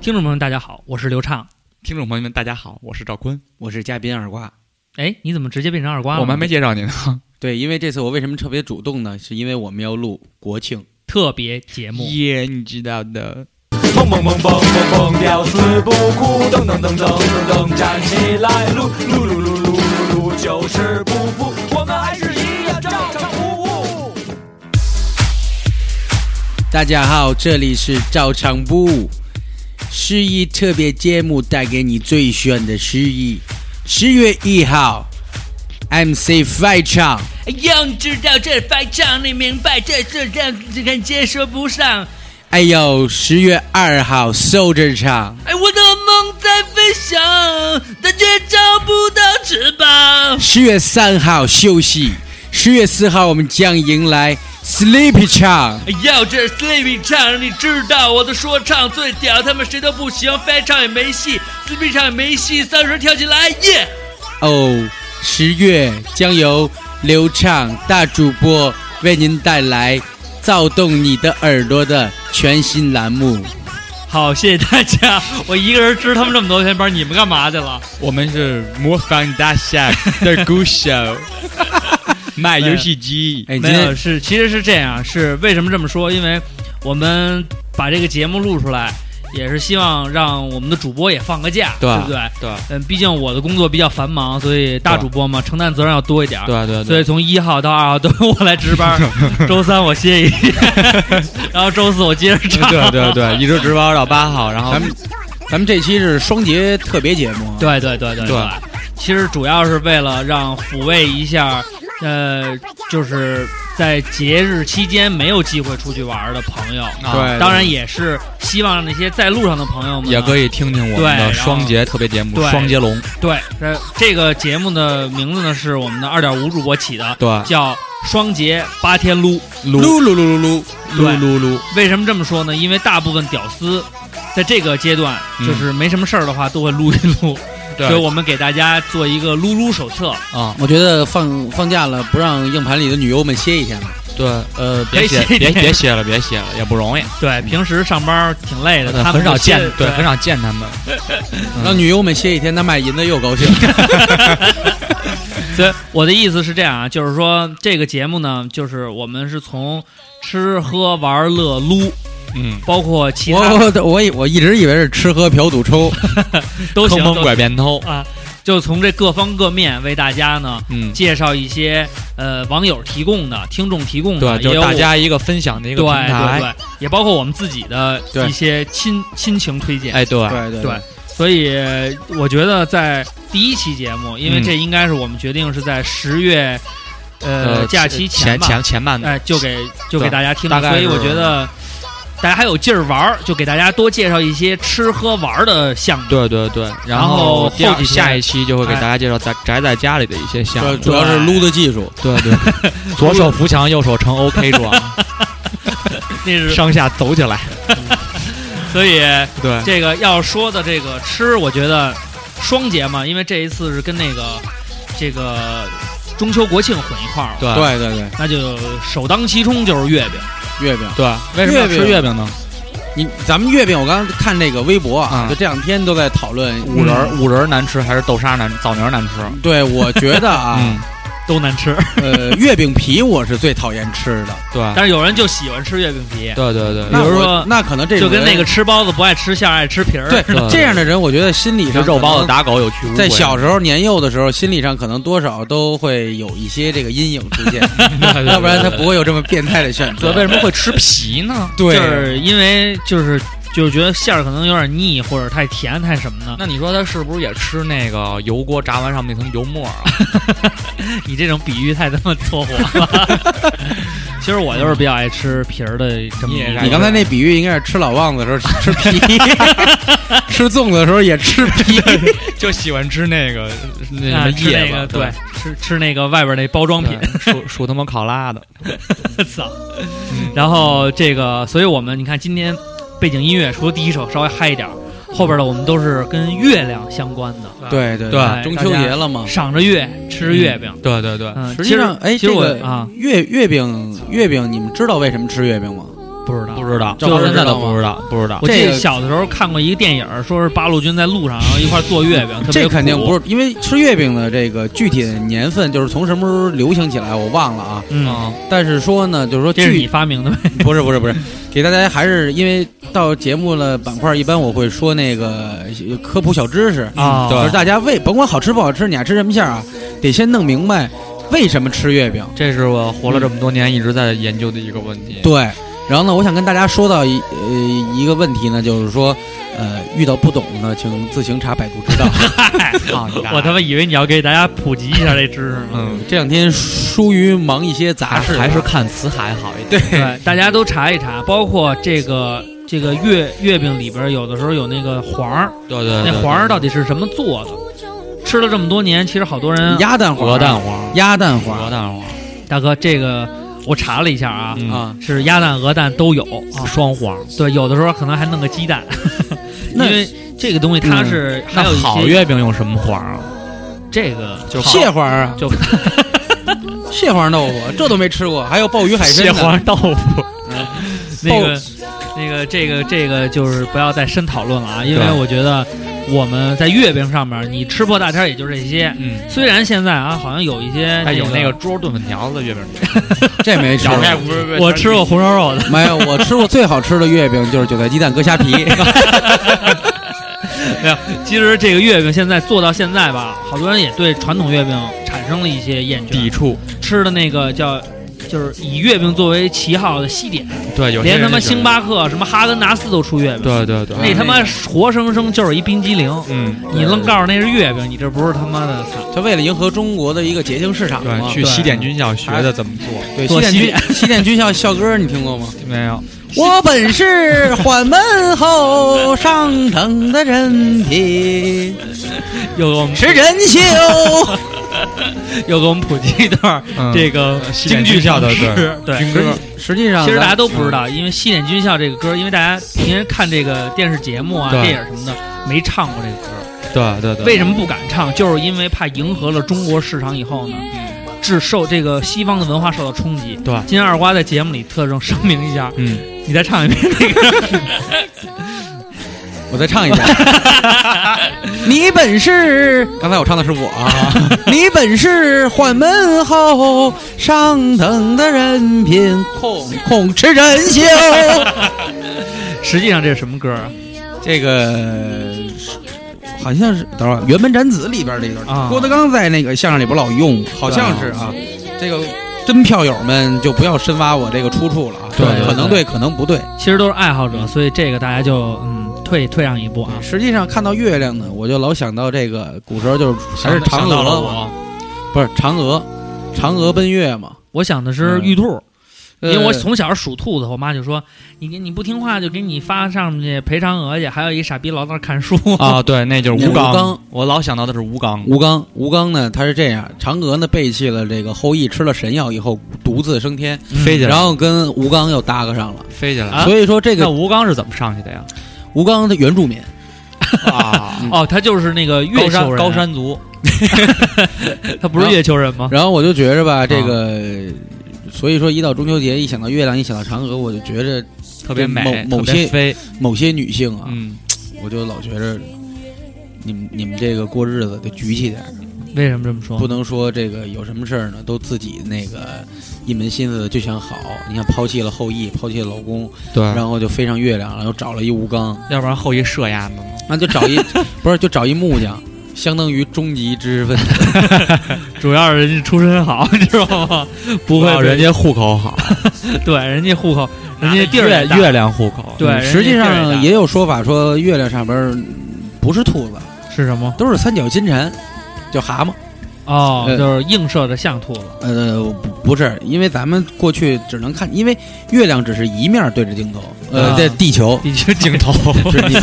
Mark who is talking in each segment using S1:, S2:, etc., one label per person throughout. S1: 听众朋友们，大家好，我是刘畅。
S2: 听众朋友们，大家好，我是赵坤。
S3: 我是嘉宾二瓜。
S1: 哎，你怎么直接变成二瓜了？
S2: 啊我们还没介绍啊你呢，
S3: 对，因为这次我为什么特别主动呢？是因为我们要录国庆。
S1: 特别节目。
S2: 耶，你知道的。
S4: 蹦蹦蹦蹦蹦蹦，吊死不哭，噔噔噔噔噔噔，站起来，撸撸撸撸撸撸撸，就是不服，我们还是一样照常服务。
S3: 大家好，这里是照常不误，诗意特别节目，带给你最炫的诗意。十月一号，MC 翻唱，
S1: 要知道这翻唱，你明白这是让人接说不上。
S3: 哎呦，十月二号收着唱，
S1: 哎，我的梦在飞翔，但却找不到翅膀。
S3: 十月三号休息，十月四号我们将迎来 Sleepy 唱。
S1: 要这 Sleepy 唱，你知道我的说唱最屌，他们谁都不行，翻唱也没戏，Sleepy 唱也没戏，三十跳起来耶
S3: 哦，十月将由刘畅大主播为您带来躁动你的耳朵的全新栏目。
S1: 好，谢谢大家，我一个人支他们这么多天班，你们干嘛去了？
S2: 我们是模仿大侠的鼓手，卖游戏机。
S3: 哎，你今
S1: 没有，
S3: 天
S1: 是其实是这样，是为什么这么说？因为我们把这个节目录出来，也是希望让我们的主播也放个假，
S3: 对啊
S1: 不对？
S2: 对啊
S1: 嗯，毕竟我的工作比较繁忙，所以大
S2: 对啊
S1: 主播嘛，承担责任要多一
S3: 哎
S1: 点儿。
S2: 对啊对啊
S1: 所以从一号到二号都 由我来值班， 周三我歇一天， 然后周四我接着
S2: 对啊
S1: 唱。
S2: 对对对，一直值班到八号，然后
S3: 咱们 咱们这期是双节特别节目，，
S1: 对对对对
S2: 对
S1: 其实主要是为了让抚慰一下，呃，就是在节日期间没有机会出去玩儿的朋友。
S2: 啊
S3: 对
S1: 当然也是希望那些在路上的朋友们呢
S2: 也可以听听我
S1: 对
S2: 们
S1: 然后
S2: 的双节特别节目
S1: 对
S2: 《双节龙》。
S1: 对。这这个节目的名字呢是我们的二点五主播起的，
S2: 对，
S1: 叫“双节八天撸
S2: 撸
S3: 噜噜噜噜
S2: 撸
S1: 对
S2: 撸撸，”。
S1: 为什么这么说呢？因为大部分屌丝在这个阶段
S2: 嗯
S1: 就是没什么事儿的话都会撸一撸，所以我们给大家做一个撸撸手册，
S2: 啊，
S3: 我觉得放放假了，不让硬盘里的女优们歇一天吧。
S2: 对，呃，
S1: 别
S2: 别歇，
S1: 歇
S2: 别别歇了，别歇了，也不容易，
S1: 对，平时上班挺累的，他们
S2: 嗯很少
S1: 不
S2: 见
S1: 屑，
S2: 对，
S1: 对，
S2: 很少见他们。
S3: 呃让女优们歇一天，那卖淫的又高 兴。
S1: 所以我的意思是这样啊，就是说这个节目呢，就是我们是从吃喝玩乐撸，
S2: 嗯，
S1: 包括其
S3: 我
S1: 他
S3: 我我以我一直以为是吃喝嫖赌 抽，
S1: 都行
S2: 坑，蒙
S1: 都
S2: 拐骗偷。
S1: 啊，就从这各方各面为大家呢
S2: 嗯，
S1: 介绍一些呃网友提供的、听众提供的，
S2: 对，就
S1: 也
S2: 是
S1: 有
S2: 大家一个分享的一
S1: 对
S2: 个平
S1: 对
S2: 台。
S1: 对，也包括我们自己的
S3: 对
S1: 一些亲亲情推荐。
S2: 哎，对，
S3: 对对
S1: 对所以我觉得在第一期节目，因为
S2: 嗯
S1: 这应该是我们决定是在十月呃假期
S2: 前
S1: 吧，
S2: 前前半
S1: 哎，就给就给
S2: 对
S1: 大家听
S2: 嗯大
S1: 了，
S2: 概
S1: 所以
S2: 是
S1: 我觉得大家还有劲儿玩儿，就给大家多介绍一些吃喝玩儿的项目。
S2: 对对对，然
S1: 然后
S2: 第二
S1: 后几天
S2: 下一期就会给
S1: 哎
S2: 大家介绍宅宅在家里的一些项目
S3: 主，主要是撸的技术。
S2: 啊对啊对，左手扶墙，右手 成 OK 状，
S1: 那是
S2: 上下走起来，
S1: 所以
S2: 对
S1: 这个要说的这个吃，我觉得双节嘛，因为这一次是跟那个这个中秋国庆混一块儿了，
S2: 对
S3: 对对对，
S1: 那就首当其冲就是月饼。
S3: 月饼。
S2: 对，为什么要吃月饼呢？
S3: 你咱们月饼，我刚刚看那个微博啊
S2: 啊，
S3: 就这两天都在讨论嗯
S2: 五仁儿五仁儿难吃还是豆沙难枣泥儿难吃？
S3: 对，我觉得啊，
S2: 嗯，
S1: 都难 吃，
S2: 啊
S3: 呃，月饼皮我是最讨厌吃的。
S2: 对
S1: 但是有人就喜欢吃月饼皮，
S2: 对对对，
S1: 那
S3: 那
S1: 比如
S3: 我
S1: 说
S3: 那可能这
S1: 就
S3: 种
S1: 跟
S3: 人
S1: 那个吃包子不爱吃馅儿，爱吃皮儿。
S3: 对
S2: 对
S3: 这样的人，我觉得心理
S2: 这
S3: 上
S2: 肉包子
S3: 可能
S2: 打狗有去无回，
S3: 在小时候年幼的时候，心理上可能多少都会有一些这个阴影出现，要不然他不会有这么变态的选
S2: 对
S3: 择。
S2: 为什么会吃皮呢？
S3: 对
S1: 就是因为就是就是觉得馅儿可能有点腻，或者太甜太什么的。
S2: 那你说他是不是也吃那个油锅炸完上面那层油沫儿啊？
S1: 你这种比喻太他妈搓火了。其实我就是比较爱吃皮儿的这么一
S2: 你也
S1: 个
S2: 是
S3: 你刚才那比喻应该是吃老旺子的时候吃 皮，吃粽子的时候也吃皮。
S2: 就喜欢吃那个
S1: 啊
S2: 那什么
S1: 吃
S2: 叶
S1: 那
S2: 子
S1: 个，对，吃吃那个外边那包装品，
S2: 属属他妈考拉的，
S1: 操！然后这个，所以我们你看今天背景音乐除了第一首稍微嗨一点儿，后边的我们都是跟月亮相关的，
S3: 对对
S1: 对
S3: 中秋节了嘛。
S1: 赏着月吃月饼。
S2: 对对对，
S1: 嗯，
S3: 实际上，哎，
S1: 其实
S3: 这
S1: 我
S3: 个
S1: 啊，
S3: 月月饼月饼，你们知道为什么吃月饼吗？
S1: 不不知道，
S2: 不知道，
S1: 就
S2: 到
S1: 是
S2: 现在都
S3: 知道吗
S2: 不知道，不知道
S1: 我。记
S3: 啊这
S1: 得
S3: 个
S1: 小的时候看过一个电影，说是八路军在路上，然后一块儿做月饼，特别
S3: 这肯定
S1: 苦
S3: 不是，因为吃月饼的这个具体的年份，就是从什么时候流行起来，我忘了啊。
S1: 嗯，
S3: 但是说呢，就是说
S1: 这是你
S3: 具
S1: 发明的呗？
S3: 不是不是不是，给大家还是因为到节目了板块，一般我会说那个呃科普小知识，
S1: 啊，
S3: 嗯就是大家为甭管好吃不好吃，你爱吃什么馅儿啊，得先弄明白为什么吃月饼。
S2: 这是我活了这么多年一直在研究的一个问题。
S3: 对，然后呢，我想跟大家说到一呃一个问题呢，就是说，呃，遇到不懂的呢，请自行查百度知道。
S2: 啊，你看
S1: 我他妈以为你要给大家普及一下这知识呢。
S2: 嗯，
S3: 这两天疏于忙一些杂
S2: 还
S3: 事
S2: 是
S3: 啊，
S2: 还是看词海好一点。
S3: 对
S1: 对，大家都查一查，包括这个这个月月饼里边，有的时候有那个黄儿，
S2: 对对
S1: 那
S2: 对，
S1: 黄儿到底是什么做的？吃了这么多年，其实好多人，
S3: 啊鸭蛋黄、
S2: 鹅蛋、黄，
S3: 鸭蛋
S2: 鹅
S3: 黄
S2: 蛋黄，
S1: 大哥，这个我查了一下啊，
S2: 嗯
S3: 啊，
S1: 是鸭蛋、鹅蛋都有，啊
S2: 双黄。
S1: 对，有的时候可能还弄个鸡蛋， 因
S3: 那
S1: 为这个东西它是还有
S2: 嗯那
S1: 一
S2: 好
S1: 些
S2: 月饼用什么黄啊？
S1: 这个
S2: 就
S3: 蟹黄 啊，
S1: 就
S3: 蟹黄豆腐，这都没吃过，还有鲍鱼海参
S2: 蟹
S3: 呢。
S2: 黄豆腐。
S1: 那个那个这个这个就是不要再深讨论了啊，因为
S2: 对
S1: 我觉得我们在月饼上面，你吃破大天儿也就这些。
S2: 嗯，哎
S1: 虽然现在啊，好像有一些、
S2: 还有那
S1: 那
S2: 个猪肉炖粉条子月饼，
S3: 这没吃过。
S2: 不 是
S1: 我吃过红烧肉的，
S3: 没有，我吃过最好吃的月饼就是韭菜鸡蛋搁虾 皮。
S1: 没有。其实这个月饼现在做到现在吧，好多人也对传统月饼产生了一些厌
S2: 抵
S1: 倦。
S2: 触。
S1: 吃的那个叫，就是以月饼作为旗号的西点，
S2: 对，有些
S1: 连
S2: 人
S1: 他妈
S2: 就觉得
S1: 星。巴克、什么哈根达斯都出月饼，
S2: 对对对，
S1: 那他妈活生生就是一冰激凌。
S2: 嗯，
S1: 你愣告诉那是月饼，你这不是他妈的操！
S3: 就为了迎合中国的一个洁净市场嘛
S2: 对，。啊去
S1: 对
S2: 西点军校学的怎么做？
S3: 对，
S1: 做
S3: 西
S1: 西
S3: 点军西点军校校歌你听过吗？
S2: 没有，
S3: 我本是缓慢后上等的人 品，
S1: 又给我们
S3: 是人秀。
S1: 又给我们普及一段
S2: 嗯
S1: 儿这个
S2: 西
S1: 京
S2: 点
S1: 剧
S2: 军校的
S1: 常识
S2: 对
S1: 对
S2: 军歌，
S3: 实际
S2: 啊
S3: 上，
S1: 其实大家都不知道，因为《西点军校》这个歌，因为大家平时看这个电视节目啊、
S2: 对
S1: 电影什么的，没唱过这个歌。
S3: 啊
S2: 对对对，
S1: 为什么不敢唱？就是因为怕迎合了中国市场以后呢，致受这个西方的文化受到冲击。
S2: 对
S1: 今天二瓜在节目里特征声明一下，
S2: 嗯，
S1: 你再唱一遍那 个。
S3: 我再唱 一遍。你本是，刚才我唱的是 我啊。你本是缓门后上等的人品，控控吃人秀。
S1: 实际上这是什么歌啊？
S3: 这个是好像是等会儿《辕门斩子》里边这一段，
S1: 啊
S3: 郭德纲在那个相声里边老用，好像是啊。这个真票友们就不要深挖我这个出处了啊，
S1: 对对啊
S3: 可能对，可能不对。
S1: 其实都是爱好者，所以这个大家就嗯退退让一步啊。
S3: 实际上看到月亮呢，我就老想到这个古时候就是还是
S2: 想
S3: 嫦
S2: 想到了
S3: 娥
S2: 我，
S3: 嘛，不是嫦娥，嫦娥奔月嘛。
S1: 我想的
S2: 嗯
S1: 是玉兔，
S3: 呃
S1: 因为我从小属兔子，我妈就说你给你不听话就给你发上去赔偿鹅去，还有一傻逼老在那儿看书。
S2: 啊，对，那就是
S3: 那
S2: 吴
S3: 吴刚
S2: 刚，嗯我老想到的是吴刚，
S3: 吴刚，吴刚呢，他是这样，嫦娥呢背弃了这个后羿，吃了神药以后独自升天，
S2: 飞起来，
S3: 然后跟吴刚又搭个上了。
S2: 飞起
S1: 啊
S2: 来。
S3: 所以说这
S2: 那
S3: 个
S2: 吴刚是怎么上去的呀？
S3: 吴刚的原住民，
S2: 啊，
S1: 哦，他就是那个
S2: 高
S1: 月球
S2: 山
S1: 人，
S2: 高，山族，
S1: 他不是月球人吗？
S3: 然后我就觉着吧，这个。所以说，一到中秋节，一想到月亮，一想到嫦娥，我就觉着
S2: 特别美，
S3: 某某
S2: 特别
S3: 些
S2: 飞，
S3: 某些女性啊，
S2: 嗯，
S3: 我就老觉着你们你们这个过日子得局气点儿，
S1: 为什么这么说
S2: 哦
S3: 不？能说这个有什么事儿呢，都自己那个一门心思就想好。你看，抛弃了后羿，抛弃了老公，
S2: 对然后
S3: 然后就飞上月亮，然后找了一吴刚，
S2: 要不然后一射鸭子呢？
S3: 那就找一不是就找一木匠，相当于终极知识分子。
S1: 主要是人家出身好， 你知道吗？不会
S2: 哦
S1: 被
S2: 人家户口好，
S1: 对人家户口，人家地儿
S2: 月
S1: 也大
S2: 月亮户口，
S1: 对人家
S3: 实际
S1: 地儿也
S3: 上
S1: 大
S3: 也有说法说月亮上边儿不是兔子，
S1: 是什么？
S3: 都是三角金蝉，叫蛤蟆。
S1: 哦，
S3: 呃
S1: 就是映射着像兔子。
S3: 呃，不不是，因为咱们过去只能看，因为月亮只是一面儿对着镜头，呃，
S1: 啊
S3: 在地 球。
S1: 地球镜头，
S3: 是你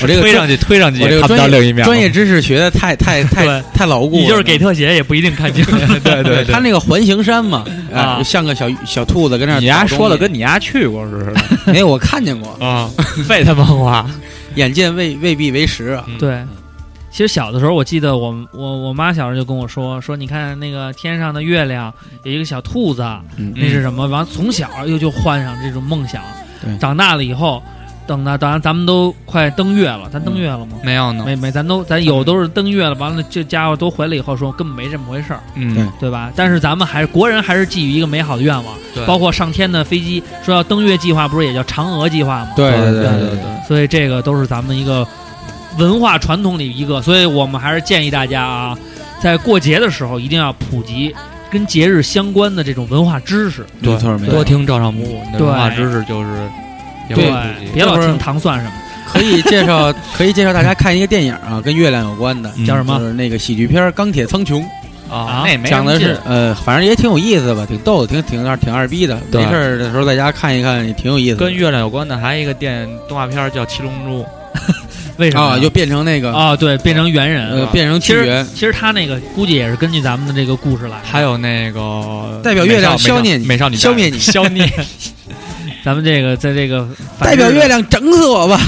S3: 我这个
S2: 推
S3: 专
S2: 上去推上去
S3: 我这
S2: 也
S3: 个
S2: 看不到
S3: 专业
S2: 另一面，
S3: 专业知识学的太太 太
S1: 对
S3: 太牢固了，
S1: 你就是给特写也不一定看清。
S2: 对对对
S3: 他。那个环形山嘛，啊，
S1: 啊
S3: 像个小小兔子跟那儿
S2: 你
S3: 找
S2: 丫
S3: 东西。
S2: 说的跟你丫去过似 的
S3: 哎，我看见过，
S2: 啊，废他妈话！
S3: 眼见未未必为实啊。
S1: 对，其实小的时候，我记得我们我我妈小时候就跟我说说，你看那个天上的月亮有一个小兔子，
S3: 嗯
S1: 那是什么？完，从小又就患上这种梦想
S3: 对。
S1: 长大了以后，等到当然咱们都快登月了，咱登月了吗？
S2: 没有呢，
S1: 没没，咱都咱有都是登月了，完了这家伙都回来以后说根本没这么回事儿，
S2: 嗯
S3: 对，
S1: 对吧？但是咱们还是国人，还是寄予一个美好的愿望，
S2: 对
S1: 包括上天的飞机说要登月计划，不是也叫嫦娥计划吗？
S3: 对对
S1: 对
S3: 对对
S2: 对，
S1: 所以这个都是咱们一个文化传统里一个，所以我们还是建议大家啊，在过节的时候一定要普及跟节日相关的这种文化知识，
S3: 对，没错没
S2: 多
S3: 错，
S2: 听照常不误，你的
S1: 对
S2: 文化知识就是也会普及
S1: 对，别老
S3: 要不然
S1: 听糖蒜什么的。
S3: 可以介绍 可以介绍大家看一个电影啊，跟月亮有关的，
S2: 嗯
S1: 叫什么
S3: 就是那个喜剧片《钢铁苍穹》，
S2: 啊
S1: 啊
S2: 那也没什
S3: 讲
S2: 么
S3: 的
S2: 劲
S3: 是呃，反正也挺有意思吧，挺逗的，挺挺二挺二逼的。
S2: 对
S3: 没事儿的时候在家看一看，也挺有意思的。
S2: 跟月亮有关的，还有一个电动画片儿叫《七龙珠》，
S1: 为什么
S3: 啊，
S1: 呢
S3: 又变成那个
S1: 啊、对，变成猿人。
S3: 呃，变成
S1: 其
S3: 巨
S1: 实
S3: 人，
S1: 其实他那个估计也是根据咱们的这个故事来的。
S2: 还有那个
S3: 代表月亮消灭你
S2: 美少女
S3: 消灭 你
S2: 消灭
S1: 咱们这个在这个反
S3: 代
S1: 日的
S3: 表月，亮整死 我吧！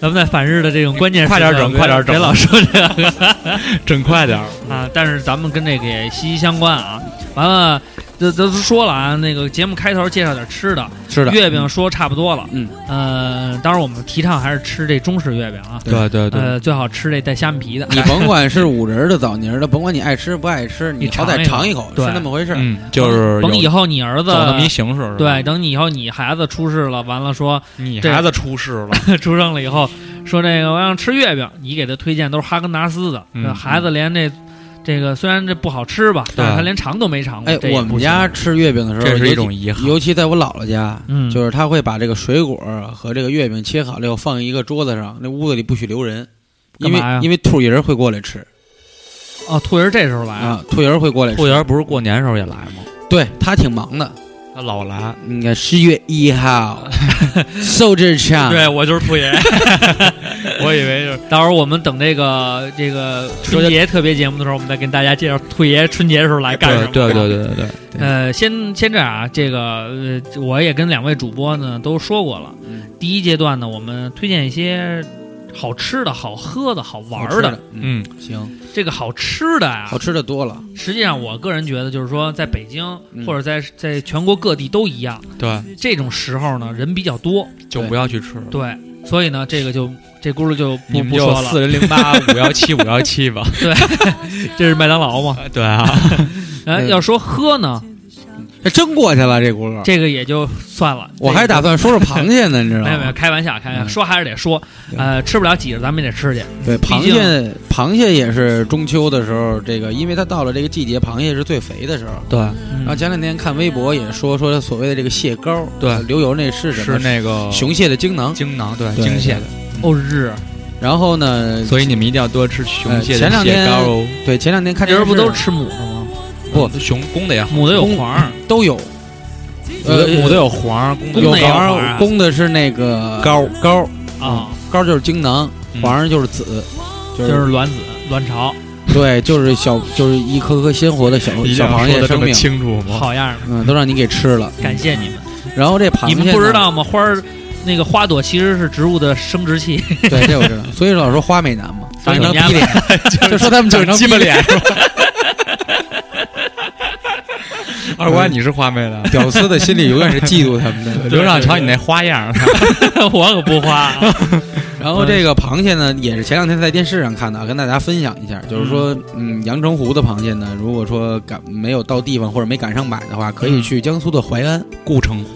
S1: 咱们在反日的这种关键时刻，
S2: 快点整
S1: 别
S2: 快点整
S1: 别老说这个。
S2: 整快点儿，
S1: 啊，但是咱们跟这个也息息相关啊。完了，这这都说了啊，那个节目开头介绍点吃的，
S3: 是的，
S1: 月饼说差不多了。
S3: 嗯，
S1: 呃，当然我们提倡还是吃这中式月饼啊，
S2: 对对对，
S1: 呃，最好吃这带虾米皮的。
S3: 你甭管是五仁儿的、枣泥儿的，甭管你爱吃不爱吃，
S1: 你
S3: 你好
S1: 尝一
S3: 歹
S1: 口
S3: 尝一口，是
S1: 对
S3: 那么回事儿。
S2: 嗯，就是
S1: 等
S2: 有
S1: 以后你儿子
S2: 走那么一形式是吧，
S1: 对，等你以后你孩子出世了，完了说
S2: 你
S1: 这
S2: 孩子出世了，
S1: 出生了以后说这个我想吃月饼，你给他推荐都是哈根达斯的，
S2: 嗯
S1: 那孩子连这这个虽然这不好吃吧，但是他连尝都没尝过。
S3: 哎
S1: 这，也
S3: 我
S1: 不
S3: 们
S1: 行
S3: 家吃月饼的时
S2: 这
S3: 候，
S2: 是
S3: 尤
S2: 一
S3: 其
S2: 种遗憾。
S3: 尤其在我姥姥家，
S1: 嗯
S3: 就是他会把这个水果和这个月饼切好了以后放一个桌子上，那屋子里不许留人，因为
S1: 干嘛呀
S3: 因为兔爷儿会过来吃
S1: 哦，兔儿这时候来了，
S3: 啊，兔爷儿会过来吃。
S2: 哎兔爷儿不是过年时候也来吗？
S3: 对他挺忙的，
S2: 他老来，
S3: 你看十月 一号，寿至场，
S2: 我就是兔爷，我以为就是
S1: 到时候我们等这个这个春节特别节目的时候，我们再跟大家介绍兔爷春节的时候来干什么。
S2: 对对对对对，
S1: 呃，先先这样啊，这个呃，我也跟两位主播呢都说过了，
S3: 嗯
S1: 第一阶段呢，我们推荐一些好吃的、好喝的、好玩
S3: 好
S1: 儿
S3: 吃
S1: 的。
S3: 的，
S2: 嗯，
S3: 嗯，行，
S1: 这个好吃的啊
S3: 好，吃的多了，
S1: 实际上我个人觉得，就是说在北京、
S3: 嗯
S1: 或者在在全国各地都一样，
S2: 对，
S1: 这种时候呢人比较多，
S3: 嗯
S2: 就不要去吃了。
S1: 对，所以呢这个就这轱辘就
S2: 你
S1: 不
S2: 们
S1: 不
S2: 就
S1: 说了
S2: 四，零零八五幺七五幺七吧。
S1: 这是麦当劳嘛。
S2: 对啊，
S1: 呃，
S3: 嗯
S1: 要说喝呢，
S3: 这真过去了这轱辘。
S1: 这个也就算了，
S3: 我还
S1: 这个
S3: 打算说说螃蟹呢，你知 道
S1: 没有没有，
S3: 吗？
S1: 开玩笑，开玩笑，
S3: 嗯
S1: 说还是得说，
S3: 对
S1: 呃，吃不了几个，咱们也得吃去。
S3: 对，螃
S1: 毕
S3: 蟹，螃蟹也是中秋的时候，这个因为它到了这个季节，螃蟹是最肥的时候。
S2: 对
S1: 嗯
S3: 然后前两天看微博也说说所谓的这个蟹膏，
S2: 对，
S3: 流油那是什
S2: 是
S3: 么？
S2: 那个
S3: 雄蟹的精囊，
S2: 精囊，对
S3: 对
S2: 精蟹
S3: 对。
S1: 哦日，
S3: 然后呢，
S2: 所以你们一定要多吃雄蟹
S3: 呃前
S2: 的
S3: 两
S2: 蟹
S3: 天
S2: 膏哦。
S3: 对前两天看
S1: 这
S3: 电
S1: 人
S3: 视
S1: 不都吃母的吗？
S3: 不
S2: 嗯雄公的也好，
S1: 母的有
S3: 公
S1: 黄儿，
S3: 都有，呃，
S2: 母的有黄，公的
S1: 公
S3: 有
S1: 的也有
S3: 黄
S1: 黄
S3: 儿，
S1: 啊
S3: 公的是那个
S2: 膏
S3: 膏
S1: 啊，
S3: 膏就是精囊，
S2: 嗯
S3: 黄儿就是子，就
S1: 就是卵子、卵巢，
S3: 对，就是小就是一颗颗鲜活的小
S2: 一定要
S3: 小螃
S2: 说
S3: 蟹
S2: 的这
S3: 生
S2: 么
S3: 命，
S2: 清楚吗？
S1: 好样的，
S3: 嗯，都让你给吃了。
S1: 感谢你们。
S3: 然后这螃
S1: 你
S3: 蟹呢
S1: 们不知，道吗？花儿那个花朵其实是植物的生殖器，
S3: 对，这我知道。所以老说花美男嘛，
S1: 所以你们
S3: 长成
S1: 家
S3: 逼脸，就说他们长成
S2: 鸡
S3: 逼
S2: 巴脸。二瓜，你是花妹了？
S3: 屌丝的心里永远是嫉妒他们的。
S2: 刘畅瞧你那花样儿，
S1: 我可不花啊。
S3: 然后这个螃蟹呢，也是前两天在电视上看的，跟大家分享一下，就是说，嗯，阳澄湖的螃蟹呢，如果说赶没有到地方或者没赶上买的话，可以去江苏的淮安，
S2: 顾城湖、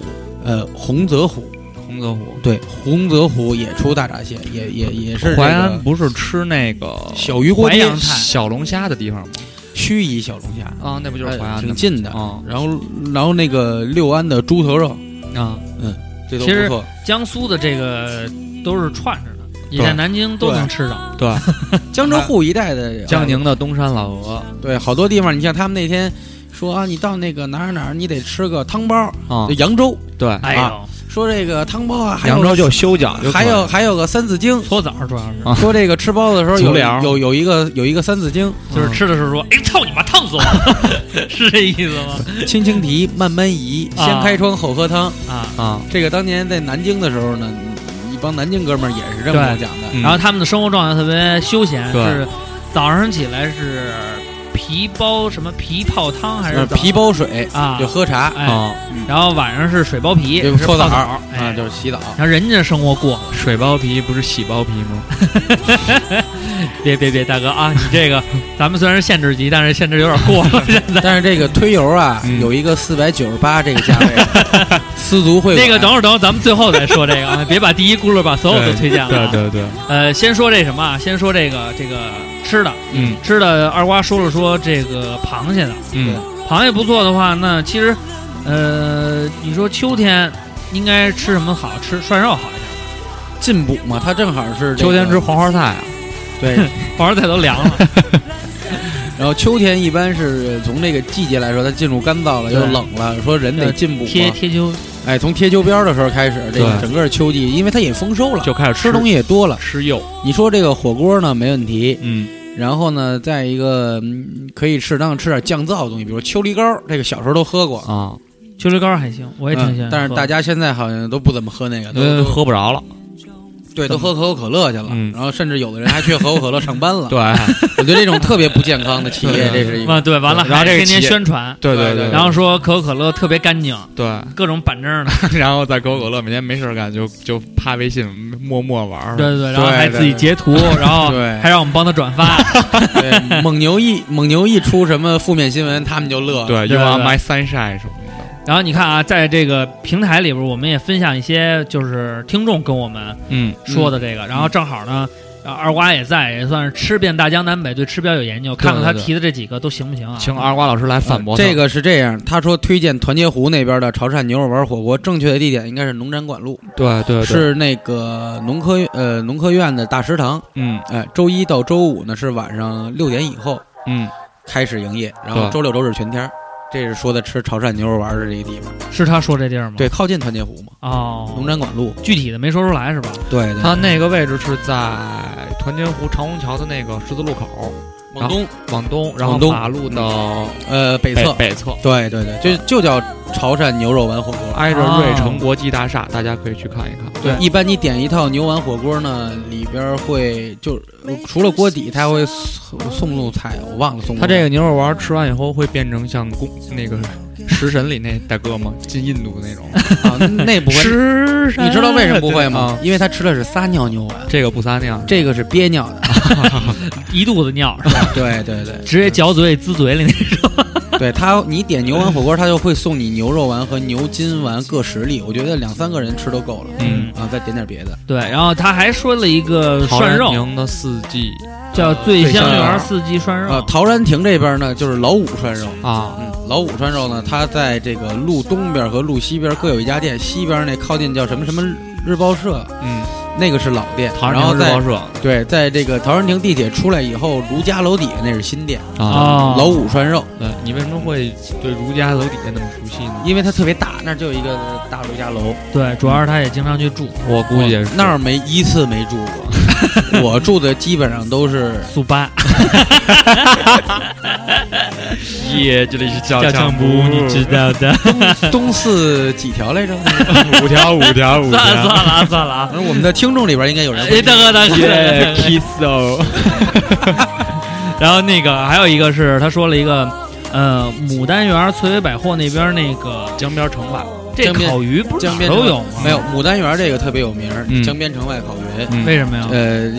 S3: 呃，洪泽湖，
S2: 洪泽湖。
S3: 对，洪泽湖也出大闸蟹，也也也是这个
S2: 淮安不是吃那个
S3: 小鱼锅
S1: 淮
S3: 贴
S1: 阳菜
S2: 小龙虾的地方吗？
S3: 盱眙小龙虾，
S2: 啊，那不就是淮
S3: 哎
S2: 安
S3: 挺
S2: 的
S3: 近的。
S2: 啊
S3: 然后然后那个六安的猪头肉，
S2: 啊？
S3: 这都
S1: 其实
S3: 不错。
S1: 江苏的这个都是串着的，你
S2: 对
S1: 在南京都能吃到。
S2: 对，
S3: 江浙沪一带的啊
S2: 江宁的东山老鹅
S3: 对，好多地方，你像他们那天说啊，你到那个哪儿哪儿，你得吃个汤包，
S2: 啊
S3: 就，扬州
S2: 对，
S1: 哎呦，
S3: 说这个汤包啊，还有
S2: 扬州就修脚，
S3: 还有还有个三字经，
S1: 搓澡主要是，
S2: 啊
S3: 说这个吃包子的时候
S2: 足
S3: 有
S2: 疗
S3: 有有一个有一个三字 经，
S1: 就是吃的时候说，哎，操你妈，烫死我 了，是这意思吗？
S3: 轻轻提，慢慢移，
S1: 啊
S3: 先开窗后喝汤。
S1: 啊，
S2: 啊，
S3: 这个当年在南京的时候呢，一帮南京哥们儿也是是这么跟我讲的。
S2: 嗯
S1: 然后他们的生活状态特别休闲，
S2: 对
S1: 是早上起来是皮包什么皮泡汤还是
S3: 呃
S1: 怎么
S3: 皮包水
S1: 啊
S3: 就？喝茶，
S1: 哎，
S2: 哦，
S1: 然后晚上是水包皮，
S3: 就是搓
S1: 泡
S3: 澡
S1: 澡
S3: 啊，
S1: 哎，
S3: 就是 洗澡。
S1: 然后人家生活过，
S2: 水包皮不是洗包皮吗？
S1: 别别别，大哥啊，你这 个咱们虽然是限制级，但是限制有点过了，现在。
S3: 但是这个推油啊
S2: 嗯，
S3: 有一个四百九十八这个价位， 丝足会馆
S1: 那个等会儿等会儿，咱们最后再说 这个啊，别把第一轱辘把所有都推荐了、啊。
S2: 对对对，
S1: 呃，先说这什么啊？先说这个这个吃的，
S2: 嗯
S1: 吃的二瓜说了说这个螃蟹的，
S2: 嗯，
S1: 螃蟹不错的话，那其实，呃，你说秋天应该吃什么好吃？涮肉好一点，
S3: 进补嘛，它正好是这
S2: 秋
S3: 个
S2: 天吃黄花菜啊，
S3: 对，
S1: 黄花菜都凉了。
S3: 然后秋天一般是从这个季节来说，它进入干燥了
S1: 对
S3: 又冷了，说人得进补
S1: 贴
S3: 嘛。
S1: 贴秋，
S3: 哎，从贴秋膘的时候开始，这个
S2: 对
S3: 整个秋季，因为它也丰收了，
S2: 就开始
S3: 啊吃东西也多了。
S2: 吃肉，
S3: 你说这个火锅呢，没问题。
S2: 嗯，
S3: 然后呢，再一个、嗯可以适当吃点降燥的东西，比如秋梨膏，这个小时候都喝过，
S2: 啊，
S1: 秋梨膏还行，我也挺喜欢喝的、呃
S3: 嗯但是大家现在好像都不怎么喝那个，
S2: 因
S3: 都
S2: 为
S3: 都
S2: 喝不着了，
S3: 对，都喝可口可乐去了。
S2: 嗯
S3: 然后甚至有的人还去可口可乐上班 了。
S2: 对，
S3: 我觉得这种特别不健康的企业，这是一个。
S1: 啊，对，完了，
S2: 然后这
S1: 还
S2: 个
S1: 天天
S2: 企业
S1: 宣传，
S2: 对
S3: 对
S2: 对，
S3: 对
S1: 然后说可口可乐特别干净，
S2: 对，
S1: 各种板正的，
S2: 然后在可口可乐每天没事儿干就就趴微信默默玩儿，
S1: 对对对，然后
S3: 对
S1: 还
S3: 对
S1: 自己截图，然后
S3: 对
S1: 还让我们帮他转发，
S3: 对，蒙牛一蒙牛一出什么负面新闻，他们就乐。，
S2: 对
S1: 对
S2: ，You are
S1: 对
S2: my sunshine 什么的，
S1: 然后你看啊，在这个平台里边，我们也分享一些就是听众跟我们
S2: 嗯
S1: 说的这个，然后正好呢，啊二瓜也在，也算是吃遍大江南北，对吃比较有研究，
S2: 对
S1: 看看他
S2: 对对
S1: 提的这几个都行不行啊？
S2: 请二瓜老师来反驳他
S3: 嗯这，个是这样，他说推荐团结湖那边的潮汕牛肉丸火锅，正确的地点应该是农展馆路，
S2: 对
S1: 呃
S2: 对对，
S3: 是那个农科呃农科院的大食堂。
S2: 嗯
S3: 哎、周一到周五呢是晚上六点以后
S2: 嗯，
S3: 开始营业，然后
S2: 对
S3: 周六周日全天儿。这是说的吃潮汕牛肉丸的这个地方，
S1: 是他说这地儿吗？
S3: 对，靠近团结湖嘛，
S1: 哦，
S3: 农展馆路。
S1: 具体的没说出来是吧？
S3: 对对，
S2: 他那个位置是在团结湖长虹桥的那个十字路口
S3: 往东，
S2: 往东，然后
S3: 往东
S2: 马路的
S3: 呃，北
S2: 北
S3: 侧，
S2: 北侧。
S3: 对对对，就就叫潮汕牛肉丸火锅。
S2: 挨着
S1: 哦
S2: 瑞城国际大厦，大家可以去看一看。
S1: 对
S3: 一般你点一套牛丸火锅呢，里边会就除了锅底，它还会送送入菜，我忘了送入
S2: 他这个牛肉丸吃完以后会变成像宫那个食神里那大哥吗？进印度那种。
S3: 个啊，那不会，
S2: 食神
S3: 你知道为什么不会吗
S2: 啊？？
S3: 因为他吃的是撒尿牛丸，
S2: 这个不撒尿，
S3: 这个是憋尿的。
S1: 一肚子尿
S2: 啊
S1: 是吧？
S3: 对对对
S1: 直接嚼嘴滋嘴里那种。
S3: 对，他你点牛丸火锅，他就会送你牛肉丸和牛筋丸各十粒，我觉得两三个人吃都够了。
S2: 嗯，
S3: 啊，再点点别的，
S1: 对，然后他还说了一
S3: 呃
S1: 个
S2: 陶
S1: 涮
S2: 然
S1: 肉，
S2: 亭的四季
S1: 叫醉香
S3: 醉香
S1: 园
S3: 园
S1: 四季涮
S3: 呃
S1: 肉，，
S3: 陶然亭这边呢就是老五涮肉，
S2: 啊，
S3: 嗯，老五涮肉呢，它在这个路东边和路西边各有一家店，西边那靠近叫什么什么日报社，
S2: 嗯，
S3: 那个是老店，
S2: 陶然
S3: 然后
S2: 亭日报
S3: 在
S2: 社
S3: 对，在这个陶然亭地铁出来以后，如家楼底下那是新店，
S2: 啊。
S1: 哦，
S3: 老五涮肉，
S2: 对，你为什么会对如家楼底下那么熟悉呢？
S3: 因为它特别大，那儿就有一个大如家楼，哦
S1: 对，主要是他也经常去住
S2: 我估计也是
S3: 那儿没一次没住过， 我住的基本上都是
S1: 速八，
S2: 耶，这里是
S1: 啊
S2: 叫嗯
S1: 道的。
S3: 东四几条来着？
S2: 五条五条五
S1: 算 了算了啊，算了啊
S3: 反。正我们的听众里边应该有人会
S1: 哎，大哥， 大
S2: 耶
S1: 哥。
S2: ，kiss 哦，
S1: 然后那个还有一个是，他说了一个，呃，牡丹园翠微百货那边那个
S2: 江边城吧，
S1: 这
S3: 江边
S1: 烤鱼不是
S3: 江
S1: 哪儿
S3: 边
S1: 都
S3: 城
S1: 有吗？
S3: 没有，牡丹园这个特别有名儿，
S2: 嗯
S3: 江边城外烤鱼。
S2: 嗯
S1: 为什么呀？
S3: 呃，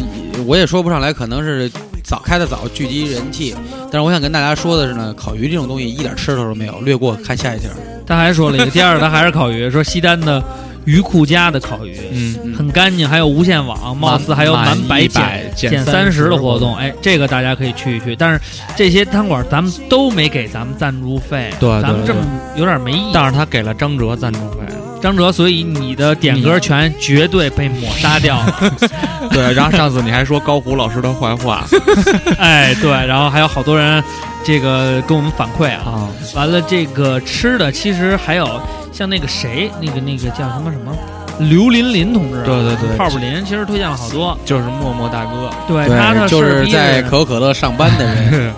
S3: 我也说不上来，可能是早开的早，聚集人气。但是我想跟大家说的是呢，烤鱼这种东西一点吃头都没有，略过看下一条。
S1: 他还说了一个，第二他还是烤鱼，说西单的鱼库家的烤鱼。
S2: 嗯。
S3: 嗯
S1: 很干净，还有无限网，貌似还有满
S2: 满
S1: 减
S2: 100
S1: 减
S2: 减
S1: 三十
S2: 30
S1: 的
S2: 的
S1: 活
S2: 活
S1: 动，
S2: 动
S1: 哎，这个大家可以去一去。但是这些餐馆咱们都没给咱们赞助费，
S2: 对对
S1: 咱们这么
S2: 对
S1: 有点没意义。
S2: 但是他给了张哲赞助费，
S1: 张哲，所以你的点歌权绝对被抹杀掉了。
S2: 对。 然后上次你还说高虎老师的坏话
S1: 哎，对，然后还有好多人这个跟我们反馈啊。
S2: 啊，
S1: 完了，这个吃的其实还有像那个谁，那个那个叫什么什么。刘琳琳同志啊，
S2: 对对对
S1: 泡泡林其实推荐了好多，
S2: 就是默默大哥，
S1: 对他的
S3: 对，就
S1: 事儿
S3: 是
S1: 逼
S3: 在
S1: 着
S3: 可口可乐上班的人，
S1: 啊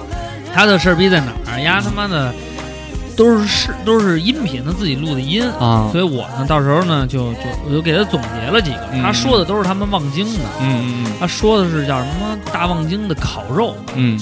S1: 他的事儿逼在哪儿呀？丫他妈的，都是是都是音频的自己录的音，
S2: 啊，
S1: 所以我呢到时候呢就就我就给他总结了几个，
S2: 嗯
S1: 他说的都是他们望京的，
S2: 嗯嗯
S1: 他说的是叫什么大望京的烤肉，
S2: 嗯嗯，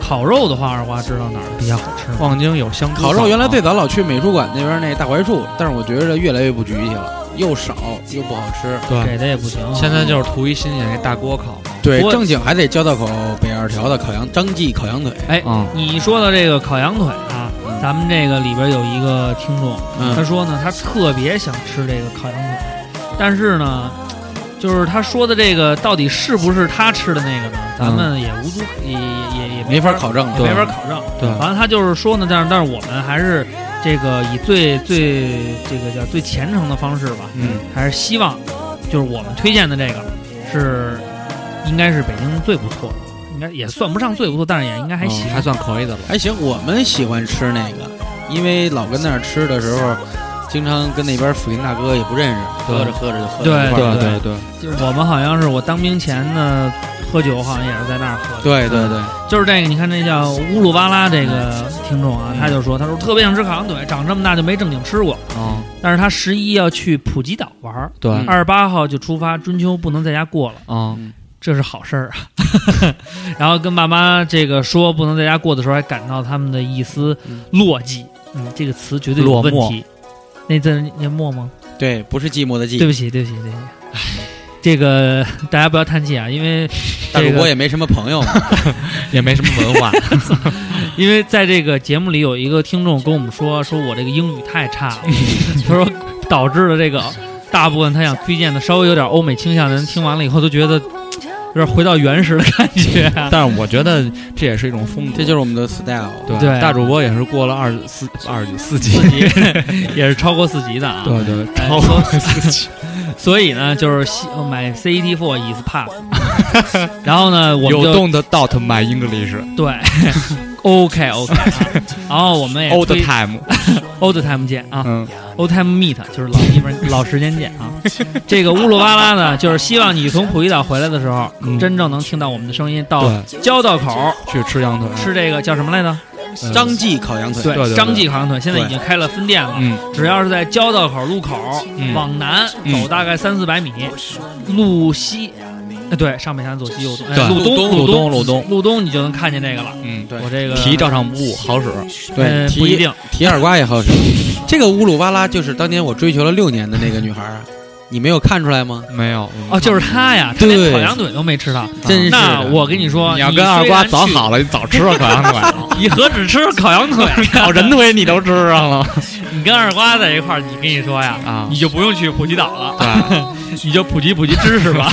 S1: 烤肉的话二瓜知道哪儿比较好吃吗？
S2: 望京有香
S3: 烤
S1: 啊
S3: 肉原来最早老去美术馆那边那大槐树，但是我觉得越来越不局气了，又少又不好吃。
S2: 对，
S1: 给的也不行，啊
S2: 现在就是图一新鲜，那大锅烤嘛，
S3: 对
S1: 不，过
S3: 正经还得交道口北二条的烤羊张记烤羊腿。
S1: 哎，
S2: 嗯
S1: 你说的这个烤羊腿啊，咱们这个里边有一个听众，
S3: 嗯
S1: 他说呢，他特别想吃这个烤羊腿，但是呢，就是他说的这个到底是不是他吃的那个呢？
S2: 嗯
S1: 咱们也无足也也也也
S3: 没法考证了
S1: 也没法考证。
S2: 对嗯
S1: 反正他就是说呢，但是但是我们还是这个以最最这个叫最虔诚的方式吧，
S2: 嗯
S1: 还是希望就是我们推荐的这个是应该是北京最不错的，应该也算不上最不错，但是也应该还行。
S2: 哦还算可以的了。
S3: 还哎行，我们喜欢吃那个，因为老跟那儿吃的时候，经常跟那边附近大哥也不认识，
S2: 对
S3: 喝着喝着就喝到一块儿
S1: 对
S3: 了。
S1: 对
S2: 对，
S1: 就是我们好像是我当兵前呢，喝酒好像也是在那儿喝的。
S3: 对对对，
S1: 就是这个，你看这叫乌鲁巴拉这个
S2: 嗯
S1: 听众啊，他就说，他说特别想吃烤羊腿，长这么大就没正经吃过。
S2: 嗯
S1: 但是他十一要去普吉岛玩儿，
S2: 对，
S1: 二十八号就出发，中秋不能在家过了，
S2: 嗯
S1: 这是好事儿啊。 然后跟爸妈这个说不能在家过的时候，还感到他们的一丝落寂。嗯，这个词绝对有
S2: 落
S1: 问
S2: 寞
S1: 题。那字念寞吗？
S3: 对，不是寂寞的
S1: 对
S3: 寂，
S1: 不起，对不起，对不起。这个大家不要叹气啊，因为
S3: 大
S1: 这
S3: 主
S1: 个
S3: 播也没什么朋友嘛。
S2: 也没什么文 化，
S1: 因为在这个节目里有一个听众跟我们说，说我这个英语太差了， 他说导致了这个大部分他想推荐的稍微有点欧美倾向的人听完了以后都觉得有点回到原始的感觉、
S2: 但是我觉得这也是一种风格。
S3: 这就是我们的 style。
S2: 对
S1: 对
S2: 大主播也是过了二十四二十九四级，
S1: 四级 也是超过四级的啊。
S2: 对对，
S1: 哎
S2: 超过四级。
S1: 所以 呢，就是希买 CET Four is pass，然后呢，我们
S2: 有
S1: 就
S2: 动的 dot my English
S1: 对 OK OK，、啊、然后我们也
S2: old
S1: 推
S2: time，
S1: old time 见啊。
S2: 嗯，
S1: Old Time Meet，就是老地方老时间见啊。这个乌鲁巴拉呢，就是希望你从普吉岛回来的时候，
S2: 嗯
S1: 真正能听到我们的声音。到
S2: 对，
S1: 交道口
S2: 去吃羊腿，
S1: 吃这个叫什么来着？
S2: 嗯
S3: 张记烤羊腿，
S2: 对对对
S1: 张记烤羊腿现在已经开了分店了。
S2: 嗯，
S1: 只要是在交道口路口
S2: 嗯
S1: 往南
S2: 嗯
S1: 走大概三四百米，路西，哎对，上北山左西右东，哎
S2: 对
S1: 路东
S2: 路
S1: 东
S2: 东路东，
S1: 路东，你就能看见这个了。
S2: 嗯，
S3: 对
S1: 我这个
S2: 提照常不误，好使。
S1: 呃
S3: 对，
S1: 不一
S3: 提
S1: 定，
S3: 提二瓜也好使。这个乌鲁巴拉就是当年我追求了六年的那个女孩啊，你没有看出来吗？
S2: 没有嗯啊
S1: 哦，就是他呀，他连
S3: 对
S1: 烤羊腿都没吃到。啊
S3: 真是的
S1: 那我跟你说，
S2: 你要跟二瓜早
S1: 好。
S2: 好了，你早吃了 烤 羊腿，
S1: 你何止吃烤羊腿？
S2: 烤人腿你都吃上了
S1: 你跟二瓜在一块儿，你跟你说呀，
S2: 啊
S1: 你就不用去普吉岛了，
S2: 对，
S1: 你就普及普及知识吧。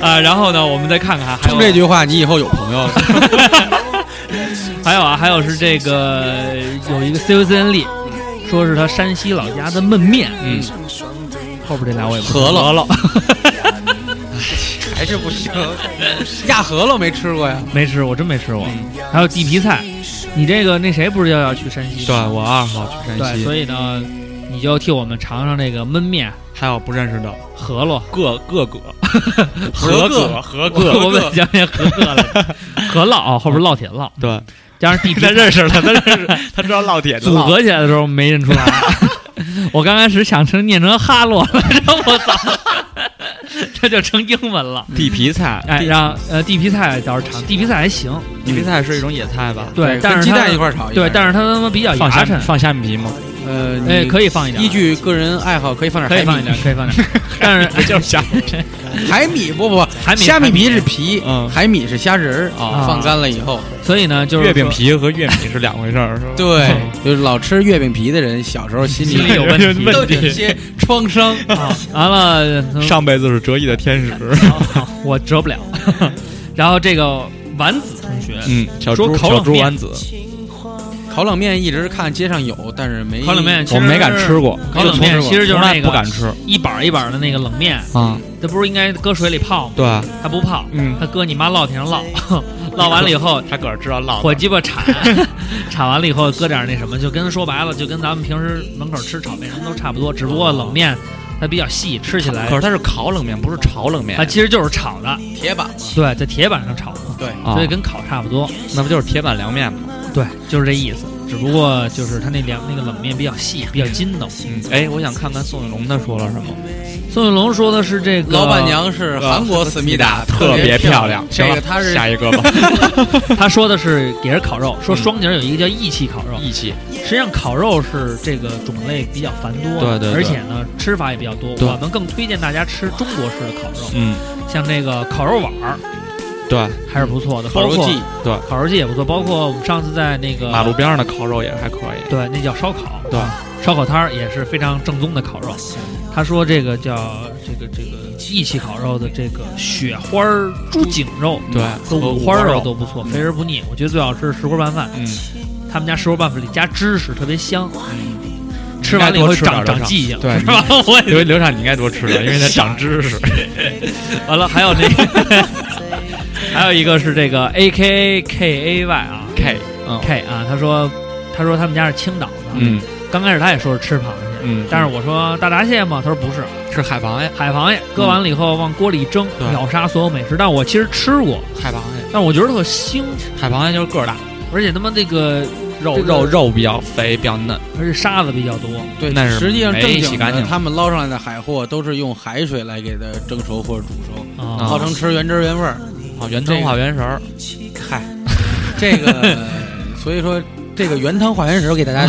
S1: 啊，然后呢，我们再看看还
S3: 冲这
S1: 有
S3: 句话，你以后有朋友了。
S1: 还有啊，还有是这个有一个 COCN 丽，说是他山西老家的焖面，
S2: 嗯，
S1: 后边这俩我也不知道
S3: 饸饹了，还是不行。压饸饹没吃过呀？
S1: 没吃，我真没吃过。还有地皮菜，你这个那谁不是要要去山西
S2: 对
S1: 吗？
S2: 我二号去山
S1: 对，
S2: 西，
S1: 所以呢，你就替我们尝尝这个焖面、
S2: 还有不认识的
S1: 饸饹。
S2: 各各个
S3: 合 格
S2: 合
S1: 我们讲讲何乐 了，何烙啊，后边烙铁烙，
S2: 对，
S1: 加上地皮
S2: 他认识了，他认识， 他知道烙铁的
S1: 组
S2: 烙。
S1: 合起来的时候没认出 来。我刚开始想成念成哈洛了，然后我操，这就成英文了。
S2: 地皮菜，
S1: 哎，
S2: 地
S1: 让呃地皮菜倒是尝，地皮菜还行，
S2: 地皮菜是一种野菜吧？
S1: 对，但
S3: 跟
S1: 是
S3: 鸡
S1: 它
S3: 蛋一块儿炒。
S1: 对，但是它他妈比较
S2: 放
S1: 牙
S2: 虾
S1: 碜
S2: 米，，放虾米皮吗？
S3: 呃，
S1: 哎，可
S3: 以
S1: 以放一点，
S3: 依据个人爱好可以放点
S1: 可以
S3: 海
S1: 放一点
S3: 米，，
S1: 可以放一 点，但是
S2: 就是虾米
S3: 海米不不，
S1: 还没
S3: 虾米皮是皮，
S2: 嗯
S3: 海米是虾仁儿
S1: 啊
S3: 放干了以后，
S1: 所以呢，就是
S2: 月饼
S1: 说
S2: 皮和月米是两回事儿，是吧？
S3: 对，就是老吃月饼皮的人，小时候心
S1: 心里
S3: 里
S1: 有问题
S3: 都有一些创伤。
S1: 啊，完 了嗯
S2: 上辈子是折翼的天使。
S1: 我折不了。然后这个丸子同学，
S2: 嗯，小
S1: 说
S2: 猪
S1: 烤
S2: 小
S1: 冷
S2: 猪
S1: 面
S2: 丸子，
S3: 烤冷面一直看街上有，但是没
S1: 烤冷面其实
S2: 我没敢吃过，
S1: 烤冷面其实就是
S2: 从来
S1: 那个
S2: 不敢吃
S1: 一板儿一板儿的那个冷面，
S2: 啊。
S1: 这不是应该搁水里泡吗？
S2: 对，
S1: 它不泡，
S2: 嗯，
S1: 它搁你妈烙铁上烙， 烙完了以后，
S2: 他可是知道烙
S1: 火鸡巴铲，铲完了以后搁点儿那什么，就跟说白了，就跟咱们平时门口吃炒面什么都差不多，只不过冷面它比较细，吃起来
S2: 嗯可是它是烤冷面，不是炒冷面
S1: 它其实就是炒的，
S3: 铁板嘛，
S1: 对，在铁板上炒的，
S3: 对，
S2: 啊
S1: 所以跟烤差不多。
S2: 那不就是铁板凉面吗？
S1: 对，就是这意思。只不过就是它那凉那个冷面比较细，比较筋道。
S2: 嗯，哎，我想看看宋雨龙他说了什么。
S1: 宋雨龙说的是这个
S3: 老板，娘是韩国思密达，
S2: 呃啊特
S3: 别
S2: 别漂亮
S3: 亮。。这
S2: 行了
S3: 个她是
S2: 下一个 吧，
S1: 他说的是也是烤肉，说双井有一个叫义气烤肉。
S2: 嗯义气。
S1: 实际上烤肉是这个种类比较繁多，
S2: 对对对
S1: 而且呢吃法也比较多。
S2: 对
S1: 我们更推荐大家吃中国式的烤肉，
S2: 嗯，
S1: 像这个烤肉碗儿
S2: 对，
S1: 还是不错
S2: 嗯
S1: 的，
S3: 烤肉
S1: 包括
S3: 季，
S1: 烤肉季也不错，包括我们上次在那个
S2: 马路边上的烤肉也还可以。
S1: 对，那叫烧烤，
S2: 对，
S1: 烧烤摊儿也是非常正宗的烤肉。他说这个叫这个这个义气烤肉的这个雪花儿猪颈肉，
S2: 对
S1: 和
S2: 和
S1: 五
S2: 五
S1: 花
S2: 花
S1: 肉
S2: 肉
S1: 都不错，肥而不腻。我觉得最好吃是石锅拌饭，
S2: 嗯，
S1: 他们家石锅拌饭里加芝士，特别香。吃完了以后
S2: 应该
S1: 长
S2: 多吃点儿这
S1: 长
S2: 上
S1: 记性，
S2: 对
S1: 是吧？我也
S2: 刘刘畅，你应该多吃点，因为它长知 识。
S1: 完了，还有那个，还有一个是这个 A K A K A Y 啊
S2: K，嗯
S1: K 啊，他说他说他们家是青岛的，
S2: 嗯，
S1: 刚开始他也说是吃螃蟹，
S2: 嗯
S1: 但是我说大闸蟹嘛，他说不是，
S2: 是海螃蟹，
S1: 海螃蟹割完了以后往锅里一蒸，
S2: 对
S1: 秒杀所有美食。但我其实吃过，
S2: 海螃蟹，
S1: 但我觉得特腥，
S2: 海螃蟹就是个儿大，
S1: 而且他妈那个
S2: 肉
S1: 这个
S2: 肉肉比较肥，比较嫩。
S1: 而且沙子比较多，
S3: 对，
S2: 那是
S3: 实际上
S2: 没
S3: 正
S2: 洗
S3: 经
S2: 干
S3: 的，
S2: 净
S3: 他们捞上来的海货都是用海水来给它蒸熟或者煮熟，
S1: 啊
S3: 号称吃原汁原味儿。
S2: 哦，原汤化原食儿，
S3: 嗨， 这个，所以说这个原汤化原石，我给 大家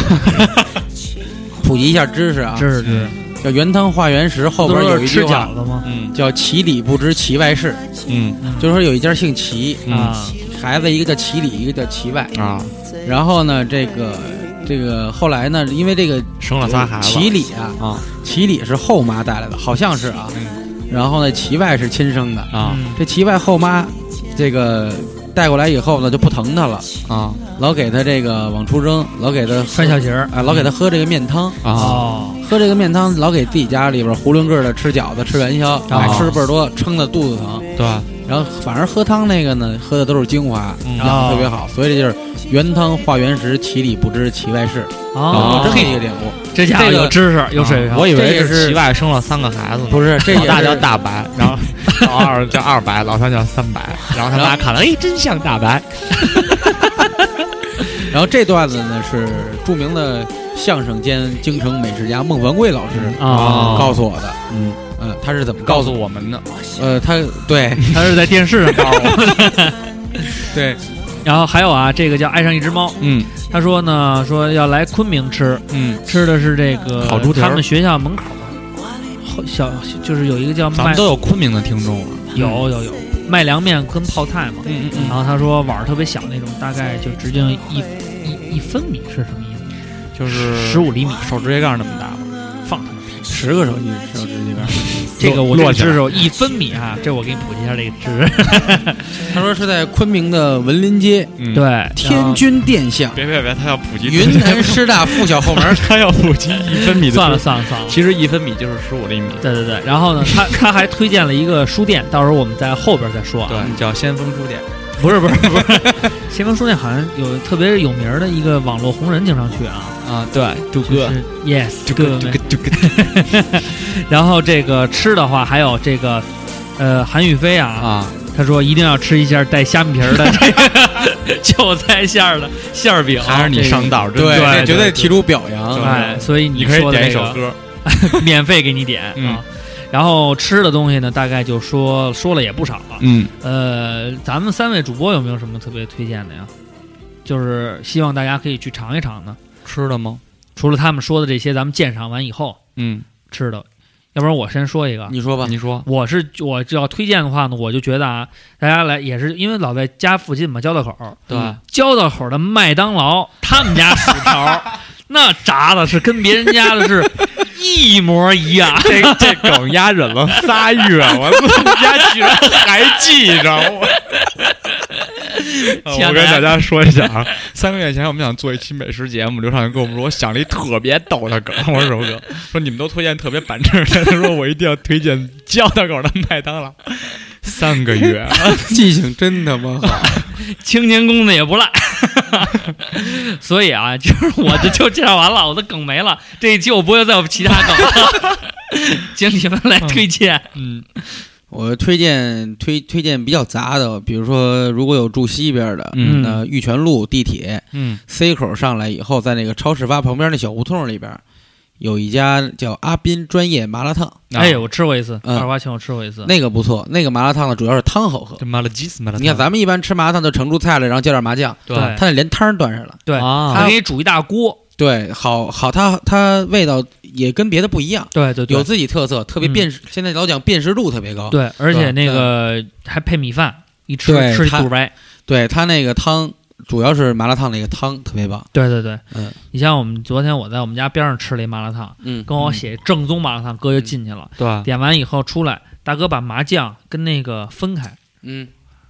S3: 普及一下知识啊，
S1: 这是
S3: 叫原汤化原石，后边有一句
S1: 吃
S3: 话
S1: 饺子吗？
S2: 嗯
S3: 叫“其里不知其外事”，
S2: 嗯
S3: 就是说有一家姓齐，
S2: 嗯
S1: 啊，
S3: 孩子一个叫齐里，一个叫齐外，
S2: 啊，
S3: 然后呢，这个这个后来呢，因为这个
S2: 生了仨孩子。
S3: 齐里啊，
S2: 啊
S3: 齐里是后妈带来的，好像是啊，
S2: 嗯
S3: 然后呢，齐外是亲生的，
S2: 啊
S1: 嗯
S3: 这齐外后妈这个带过来以后呢，就不疼他了。
S2: 啊
S3: 老给他这个往出扔，老给他
S1: 穿小鞋儿
S3: 啊，老给他喝这个面汤，
S2: 啊！
S1: 哦，
S3: 喝这个面汤，老给自己家里边囫囵个儿的吃饺子、吃元宵，哎吃的倍儿多，撑的肚子疼。
S2: 啊对，
S3: 然后反而喝汤那个呢，喝的都是精华，
S2: 嗯
S3: 营养特别好，所以这就是原汤化原食，其里不知其外事，
S1: 哦，
S3: 这么
S1: 嘿
S3: 一个领悟。
S1: 这家伙
S3: 这个
S1: 有知识，有水
S2: 啊
S1: 平。
S2: 我以为
S3: 这也是
S2: 齐外生了三个孩子呢，
S3: 不是，这也
S2: 老
S3: 是
S2: 大叫大白，然后老二叫二白，老三叫三白，然后他
S3: 然
S2: 妈
S3: 后
S2: 看了，哎，真像大白。
S3: 然后这段子呢是著名的相声兼京城美食家孟凡贵老师
S1: 啊
S2: 哦，
S3: 告诉我的，
S2: 嗯
S3: 嗯，他是怎么
S2: 告
S3: 告
S2: 诉
S3: 诉？
S2: 我 们的，
S3: 呃，他对
S1: 他是在电视上告诉我。
S3: 对，
S1: 然后还有啊，这个叫爱上一只猫，
S2: 嗯
S1: 他说呢，说要来昆明吃，
S2: 嗯，
S1: 吃的是这个
S2: 烤猪蹄儿
S1: 他们学校门口后小就是有一个叫
S2: 咱
S1: 卖
S2: 们都有昆明的听众啊了，
S1: 有有有卖凉面跟泡菜嘛，
S2: 嗯
S1: 然后他说碗儿特别小那种，大概就直径一一一分米是什么意思？
S2: 嗯，就是
S1: 十五厘米，
S2: 手指甲盖那么大吧？
S1: 放他们屁
S3: 十个手机手指里边。
S1: 这个我这
S2: 落
S1: 个
S2: 下
S1: 知识我一分米啊，这我给你普及一下这个知识。
S3: 他说是在昆明的文林街
S2: 嗯，
S1: 对，
S3: 天君殿下
S2: 别别别，他要普及。
S3: 云南师大附小后门
S2: 他要普及一分米的
S1: 算了，算了算了。
S2: 其实一分米就是十五厘米，
S1: 对对对，然后呢，他 他还推荐了一个书店，到时候我们在后边再说啊。
S2: 对，嗯叫先锋书店，
S1: 不是不是不是， 先锋书店好像有特别有名儿的一个网络红人经常去啊，
S2: 啊，对，杜
S1: 就
S2: 哥，
S1: 是 yes
S2: 杜
S1: 各
S2: 哥，
S1: 位
S2: 杜哥，杜哥，
S1: 然后这个吃的话，还有这个，呃，韩宇飞啊，
S2: 啊，
S1: 他说一定要吃一下带虾米皮儿的这 个韭菜馅儿的馅儿饼，
S2: 还是你上道，真
S3: 对，
S2: 的
S3: 这绝
S1: 对
S3: 对提出表扬。
S1: 哎，所以
S2: 你
S1: 你
S2: 可以
S1: 说的
S2: 点一
S1: 这个
S2: 首歌，
S1: 免费给你点
S2: 嗯
S1: 啊。然后吃的东西呢，大概就说说了也不少了。
S2: 嗯，
S1: 呃，咱们三位主播有没有什么特别推荐的呀？就是希望大家可以去尝一尝呢。
S2: 吃了吗？
S1: 除了他们说的这些，咱们鉴赏完以后
S2: 嗯，
S1: 吃的，要不然我先说一个。啊
S3: 你说吧，
S2: 你说，
S1: 我是我就要推荐的话呢，我就觉得啊，大家来也是因为老在家附近嘛，交道口儿，
S2: 对
S1: 嗯交道口儿的麦当劳，他们家薯条儿 那炸的是跟别人家的 是一模一 样。
S2: 这这梗压忍了仨 月，我压居然还记 着我。
S1: 天哪
S2: 我跟大家说一下 啊，三个月前我们想做一期美食节目，刘畅就跟我们说，我想了一特别逗的梗。我说什么 梗？说你们都推荐特别板正的，他说我一定要推荐交道口的麦当劳。三个月，
S3: 记性真他妈好。
S1: 青年宫的也不赖。 所以啊，就是我的就介绍完了，我的梗没了。 这一期我不会再有其他梗了，请你们来推荐。
S2: 嗯，
S3: 我推荐推推荐比较杂的，比如说如果有住西边的，
S2: 嗯
S3: 那玉泉路地铁
S2: 嗯
S3: C 口上来以后，在那个超市发旁边那小胡同里边，有一家叫阿斌专业麻辣烫，
S1: 哎呦，我吃过一次，
S3: 嗯
S1: 二十八钱我吃过一次。
S3: 那个不错，那个麻辣烫呢主要是汤好喝。
S2: 这麻辣鸡丝麻辣烫，
S3: 你看咱们一般吃麻辣烫就盛出菜来，然后浇点麻酱，
S1: 对
S3: 他那连汤儿端上来，
S1: 对，
S2: 啊
S1: 他给你煮一大锅。
S3: 对，好好，它它味道也跟别的不一样，
S1: 对对
S3: 有
S1: 对，
S3: 自己特色，特别
S1: 嗯
S3: 辨识，现在老讲辨识度特别高。
S1: 对，而且那
S3: 对
S1: 个还配米饭，一吃
S3: 对
S1: 吃一
S3: 它
S1: 肚白。
S3: 对它那个汤，主要是麻辣烫那个汤特别棒。
S1: 对对对，
S3: 嗯，
S1: 你像我们昨天我在我们家边上吃了一麻辣烫，
S3: 嗯，
S1: 跟我写正宗麻辣烫，哥就进去了。
S2: 对啊吧，
S1: 点完以后出来，大哥把麻酱跟那个分开，
S3: 嗯，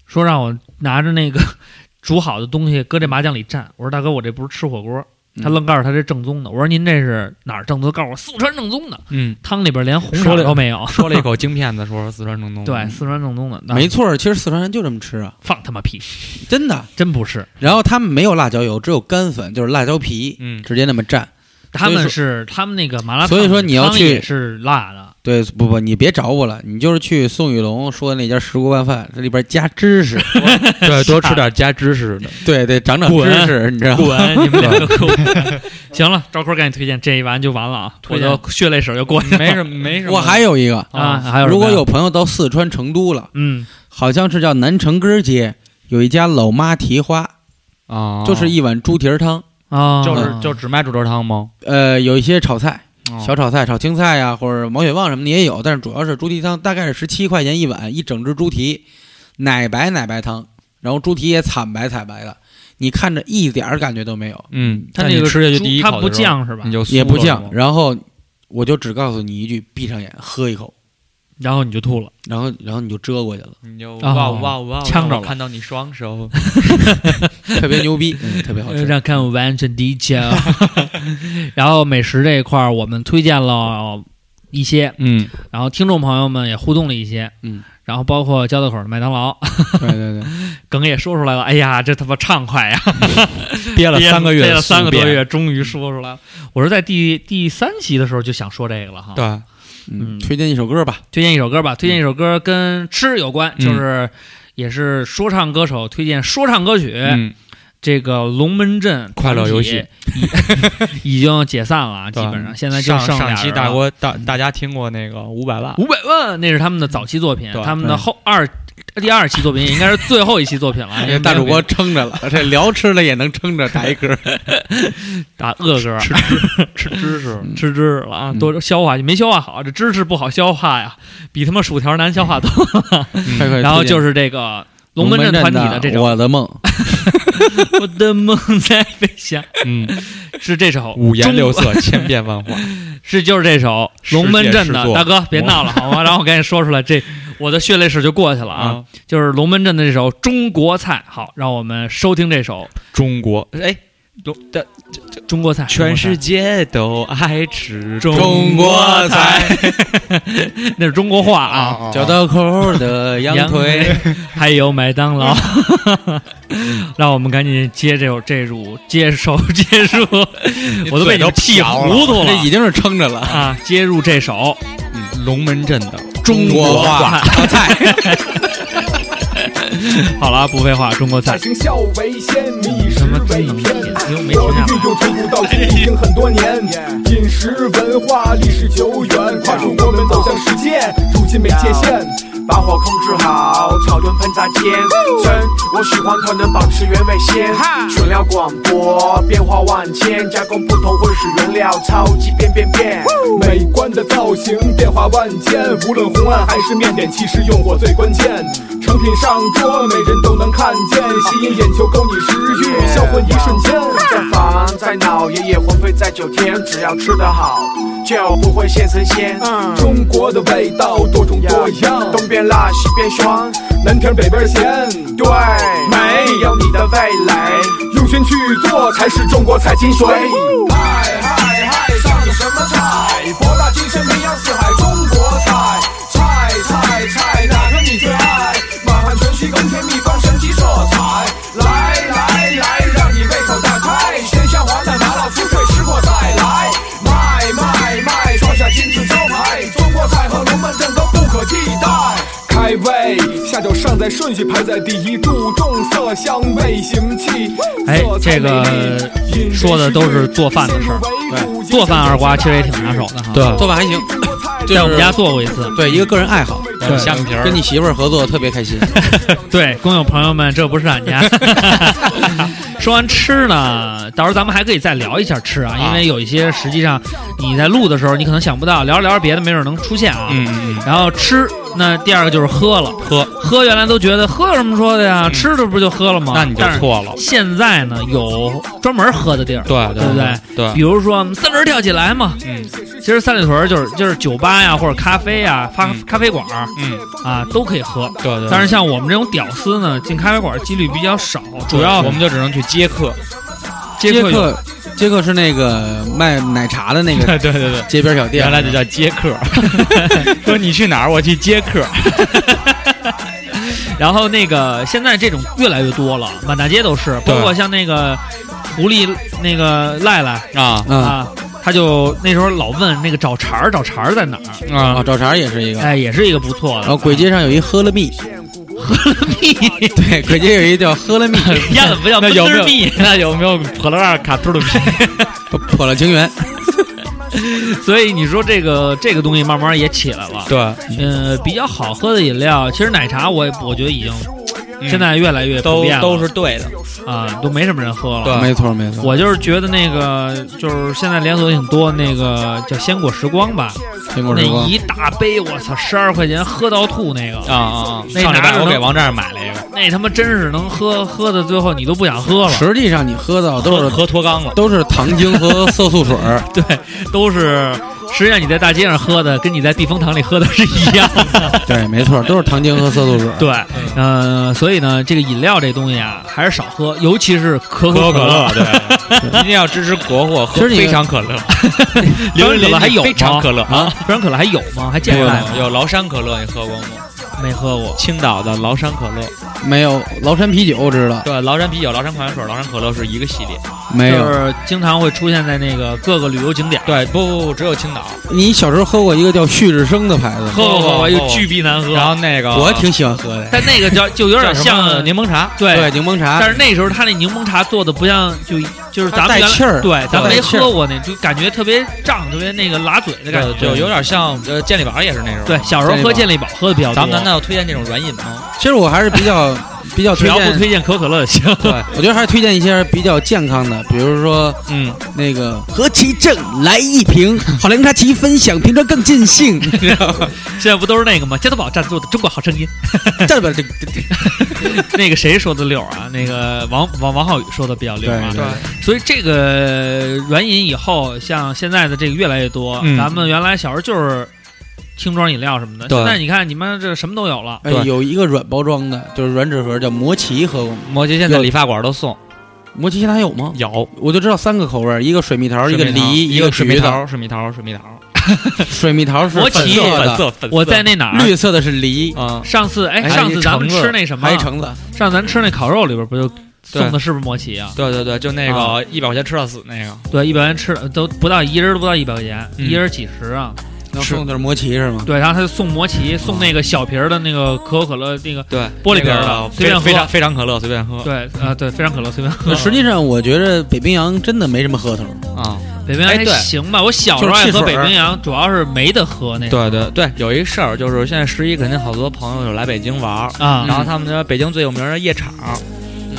S1: 说让我拿着那个 煮好的东西搁这麻酱里蘸。我说大哥，我这不是吃火锅。他
S3: 嗯
S1: 愣告诉他这正宗的，我说您这是哪儿正宗？告诉我四川正宗的，
S2: 嗯，
S1: 汤里边连红
S2: 说
S1: 色
S2: 了
S1: 都没有。
S2: 说了一口京片子，说是四川正宗，
S1: 对，四川正宗的，那
S3: 嗯没错儿，其实四川人就这么吃啊，
S1: 放他妈屁，
S3: 真的。
S1: 真不是。
S3: 然后他们没有辣椒油，只有干粉，就是辣椒皮，
S2: 嗯，
S3: 直接那么蘸。
S1: 他
S3: 所以
S1: 们
S3: 说
S1: 是他们那个麻辣烫，
S3: 所以说你要去
S1: 是辣的，
S3: 对，不不，你别找我了，你就是去宋玉龙说的那家石锅拌饭，这里边加知 识，
S2: 对，多吃点加芝士的，
S3: 对对，长长知识，你知道吗？
S1: 滚！啊你们两个给 我行了，赵坤赶紧推荐，这一完就完了啊！我
S2: 推荐
S1: 都血泪水就过去了。
S2: 没 什么没什么，
S3: 我还有一个，
S1: 啊，还有什么呀
S3: 如果有朋友到四川成都了，
S1: 嗯，
S3: 好像是叫南城根儿街，有一家老妈蹄花，
S2: 啊，
S3: 就是一碗猪蹄儿汤，
S1: 啊，
S2: 就是就只卖猪头汤吗？
S3: 呃，有一些炒菜，
S2: 哦
S3: 小炒菜，炒青菜呀、或者毛血旺什么的也有，但是主要是猪蹄汤，大概是十七块钱一碗，一整只猪蹄，奶白奶白汤，然后猪蹄也惨白惨白的，你看着一点儿感觉都没有，
S2: 嗯，
S1: 他
S2: 但
S1: 那
S2: 你
S1: 个
S2: 吃下去
S1: 猪
S2: 第一
S1: 它
S2: 口
S1: 不
S2: 的时候，
S1: 酱是吧
S2: 你？就
S3: 也不
S2: 酥了
S3: 降，
S2: 是吗
S3: 然后我就只告诉你一句，闭上眼喝一口，
S1: 然后你就吐了。
S3: 然后然后你就遮过去了，
S2: 你就
S1: 啊
S2: 哇哇哇，
S1: 呛着
S2: 让我
S1: 了
S2: 看到你双手，
S3: 特别牛逼，嗯，特别好吃。
S1: 呃让看完整 detail。然后美食这一块儿，我们推荐了一些，
S2: 嗯，
S1: 然后听众朋友们也互动了一些，
S3: 嗯，
S1: 然后包括交道口的麦当劳，
S3: 对对对，
S1: 梗也说出来了。哎呀，这他妈畅快呀！
S2: 憋
S1: 憋
S2: 三个月，
S1: 憋了三个多，月，终于说出来了。我是在第第三期的时候就想说这个了哈。
S2: 对，
S1: 嗯
S3: 嗯，推荐一首歌吧，
S1: 推荐一首歌吧，推荐一首歌跟吃有关，
S2: 嗯
S1: 就是也是说唱歌手推荐说唱歌曲。
S2: 嗯，
S1: 这个龙门阵
S2: 快乐游戏
S1: 团体已 已经解散了啊，基
S2: 对
S1: 本上现在就
S2: 上
S1: 剩
S2: 上期大
S1: 锅
S2: 锅大大家听过那个五百万，
S1: 五百万，那是他们的早期作品
S2: 对，
S1: 他们的后二第二期作品也应该是最后一期作品了。因为
S3: 大主播撑着 了，这聊吃了也能撑着打一嗝。
S1: 打啊饿歌
S2: 吃吃吃芝士，
S1: 吃芝士了啊，
S3: 嗯
S1: 多消化没消化好，这芝士不好消化呀，比他妈薯条难消化多。
S2: 嗯
S3: 快
S2: 哎
S3: 快
S1: 然后
S3: 推荐
S1: 就是这个 龙
S3: 龙
S1: 门阵团体
S3: 的
S1: 的这首
S3: 我的梦》，
S1: 《我的梦在飞翔》
S2: 嗯，
S1: 是这首
S2: 五颜
S1: 中
S2: 六色，千变万化，
S1: 是就是这首《龙门阵》
S2: 世界
S1: 的
S2: 是座
S1: 大哥，别闹了好吗？然后我赶紧说出来，这我的血泪史就过去了啊！
S2: 啊
S1: 就是龙门阵的这首《中国菜》，好，让我们收听这首
S2: 中国，哎，中的
S1: 《中国菜》。
S2: 全世
S1: 界
S2: 界都爱吃
S3: 中国菜，
S1: 那是中国话啊，
S2: 啊，
S3: 小道口的哦羊腿，嗯
S1: 还有麦当劳。让我们赶紧接这首这首接手接束，我都被你们气糊涂
S3: 这已
S1: 了
S3: 经是撑着了。
S1: 啊！接入这首
S2: 龙门阵的
S3: 中国话炒菜，
S1: 好了，不废话，《中国菜
S5: 百》姓笑为先，民以食
S1: 他妈
S5: 为
S1: 真能理
S5: 天
S1: 解。，因为没
S5: 教
S1: 听
S5: 育
S1: 下来
S5: 运。用从古到今已经很多年，饮食文化历史久远，跨出国门走向世界，如今没界限。
S6: 把火控制好，炒炖喷炸煎，蒸。我喜欢它能保持原味鲜。选料广博，变化万千，加工不同混使原料，超级变变变。
S5: 美观的造型变化万千，无论红案还是面点，其实用火最关键。成品上桌，每人都能看见，吸引眼球，勾你食欲，销魂一瞬间。
S6: 再烦再恼，也也魂飞在九天。只要吃得好，就不会现成仙。
S5: 中国的味道多种多样，
S6: 东边辣，西边酸，
S5: 南甜北边咸，
S6: 对，
S5: 美
S6: 有你的味蕾。
S5: 用心去做才是中国菜精髓。
S6: 嗨嗨嗨，上什么菜？博大精深，名扬四海，中国菜。菜菜菜，哪个你最爱？满汉全席，宫廷秘方，神奇色彩。来来来，让你胃口大开，鲜香滑嫩，麻辣酥脆，吃过再来。卖卖卖，创下金字招牌，中国菜和龙门阵都不可替代。开
S1: 哎
S5: 在顺序排在第一，注重色香味形气。
S1: 哎
S5: 色彩
S1: 这个
S5: 美丽饮食
S1: 说的都是
S5: 之
S1: 做饭的事儿
S5: 对
S1: 做饭二瓜其实也挺拿手的哈。
S2: 对
S3: 做饭还行，就是
S1: 在我们家做过一次。
S3: 对一个个人爱好，
S1: 对
S2: 虾皮儿
S3: 跟你媳妇儿合作特别开心。
S1: 对，工友朋友们，这不是俺家。说完吃呢，到时候咱们还可以再聊一下吃啊，因为有一些实际上你在录的时候你可能想不到，聊着聊着别的没准能出现啊。
S2: 嗯嗯
S1: 然后吃，那第二个就是喝了，喝喝原来都觉得喝有什么说的呀，吃的不就喝了吗？
S2: 嗯那你就
S1: 但是
S2: 错了
S1: 现在呢，有专门喝的地儿，
S2: 对啊
S1: 对不对？
S2: 对
S1: 比如说三轮跳起来嘛，
S2: 嗯
S1: 其实三里屯儿就是就是酒吧呀，或者咖啡呀、咖
S2: 嗯
S1: 咖啡馆儿
S2: 嗯，
S1: 啊都可以喝。
S2: 对对。
S1: 但是像我们这种屌丝呢，进咖啡馆儿几率比较少，主
S2: 主要
S1: 要
S2: 我们就只能去接客。
S1: 接客有
S3: 客， 接客是那个卖奶茶的那 个
S2: 对对对，
S3: 街边小店，
S2: 原来就叫接 客。说你去哪儿，我去接客。
S1: 然后那个现在这种越来越多了，满大街都是，包
S2: 对
S1: 括像那个狐狸那个赖赖
S2: 啊
S3: 嗯
S1: 啊，他就那时候老问那个找茬儿，找茬儿在哪儿？
S3: 啊，
S2: 啊！
S3: 找茬儿也是一个。
S1: 哎，也是一个不错
S3: 然后
S2: 哦
S1: 的。
S3: 簋街上有一喝了 蜜，对，簋街有一叫喝 了蜜，
S1: 鸭子不叫
S2: 那
S1: 奔
S2: 有没
S1: 之
S2: 有
S1: 蜜，
S2: 那有没有破烂儿卡秃噜皮？
S3: 破了情缘。
S1: 所以你说这个这个东西慢慢也起来了。
S2: 对，
S1: 呃，比较好喝的饮料，其实奶茶我也我觉得已经
S2: 嗯
S1: 现在越来越普
S2: 都
S1: 遍了
S2: 都是对的。
S1: 啊，都没什么人喝了。
S2: 对
S3: 没错没错，
S1: 我就是觉得那个就是现在连锁挺多，那个叫鲜果时光吧，
S3: 苹果
S1: 那
S3: 时光
S1: 一大杯，我操，十二块钱喝到吐那个
S2: 啊啊！啊
S1: 那
S2: 上礼
S1: 拿着
S2: 拜我
S1: 能
S2: 给王战买了一个，
S1: 那他妈真是能喝，喝的最后你都不想喝了。
S3: 实际上你喝到都
S2: 喝
S3: 是
S2: 喝脱肛了。
S3: 都是糖精和色素水儿
S1: 对，都是实际上你在大街上喝的，跟你在避风塘里喝的是一样 的。
S3: 对，没错，都是糖精和色素水儿
S1: 对，呃，所以呢，这个饮料这东西啊，还是少喝，尤其是可口
S2: 可
S1: 可
S2: 乐， 对，一定要支持国货，
S3: 其
S2: 喝
S3: 实你
S2: 非常可乐，
S1: 非常可乐还有吗
S2: 非常可乐啊，
S1: 非常可乐还有吗？还健
S2: 有
S1: 在吗？
S2: 有崂山可乐，你喝过吗？
S1: 没喝过。
S2: 青岛的崂山可乐，
S3: 没有崂山啤酒我知道，
S2: 对，崂山啤酒、崂山矿泉水、崂山可乐是一个系列。
S3: 没
S1: 就
S3: 有。
S1: 是经常会出现在那个各个旅游景点。
S2: 对，不不不，只有青岛。
S3: 你小时候喝过一个叫旭日升的牌子吗，
S1: 喝过喝过，又巨逼难喝。
S2: 然后那个
S3: 我挺喜欢喝的，
S1: 但那个叫就有
S2: 有
S1: 点像
S2: 柠檬茶，
S1: 对
S3: 对，柠檬茶
S1: 但。是那时候他那柠檬茶做的不像，就就是咱们
S3: 啊带
S1: 原来
S3: 气儿
S1: 对，咱们
S3: 带
S1: 没
S3: 气儿
S1: 喝过那，就感觉特别胀，特别那个拉嘴的感
S2: 对，
S1: 觉，
S2: 就有点像呃健力宝也是那种。
S1: 对。小时候喝健力宝喝的比较多，
S2: 咱们难道推荐这种软饮吗？
S3: 其实我还是 比较比较
S1: 只
S3: 推
S1: 要不
S3: 荐，
S1: 推荐可口可乐就行。
S3: 对，我觉得还是推荐一些比较健康的，比如说
S2: 嗯，
S3: 那个何其正来一 瓶，好凉茶齐分享，瓶装更尽 兴。
S1: 现在不都是那个吗？加多宝赞助的《中国好声音
S3: 这边这》，
S1: 那个谁说的溜儿啊？那个王王王浩宇说的比较溜啊。
S3: 对
S1: 所以这个软饮以后，像现在的这个越来越多，
S2: 嗯
S1: 咱们原来小时候就是轻装饮料什么的，
S2: 对
S1: 现在你看你们这什么都有了。
S3: 哎
S2: 对
S3: 有一个软包装的，就是软纸盒，叫魔奇，喝过吗？
S2: 摩羯现在理发馆都送，
S3: 魔奇现在还有吗？
S2: 有
S3: 我就知道三个口味儿，一个水蜜桃，
S2: 水
S3: 个
S2: 蜜桃
S3: 梨，
S2: 一
S3: 个
S2: 水
S3: 橘
S2: 蜜
S3: 子。
S2: 桃，水蜜桃，水蜜桃，
S3: 水蜜桃是
S1: 魔
S3: 粉
S1: 奇
S3: 色
S2: 粉
S3: 的，
S2: 色粉色。
S1: 我在那哪儿？
S3: 绿色的是梨，
S2: 啊，
S1: 上次哎，
S2: 哎
S1: 上次咱们
S2: 还一橙
S1: 吃
S2: 子
S1: 那什么
S3: 还，有橙子。
S1: 上次咱吃那烤肉里边不就送的是不是魔奇啊？
S2: 对对对，就那
S1: 啊
S2: 个一百块钱吃到死那个，
S1: 对，一百元吃的都不到，一人都不到一百块钱，
S2: 嗯
S1: 一人几十啊。
S3: 然后送的是魔奇是吗？
S1: 对，然后他就送魔奇，送那个小瓶儿的那个可口可乐那个，
S2: 对，
S1: 玻璃瓶儿的
S2: 那个
S1: 随便喝
S2: 非常非常可乐，随便喝
S1: 对啊，对，非常可乐，随便喝。
S3: 实际上，我觉得北冰洋真的没什么喝头。
S2: 啊。
S1: 北冰洋
S2: 哎
S1: 还
S2: 对
S1: 行吧，我小时候
S3: 就是
S1: 爱
S3: 汽
S1: 喝北
S3: 水儿
S1: 冰洋，主要是没得喝那
S2: 对对对，有一事儿就是现在十一肯定好多朋友有来北京玩儿，
S1: 啊。
S2: 然后他们说北京最有名的夜场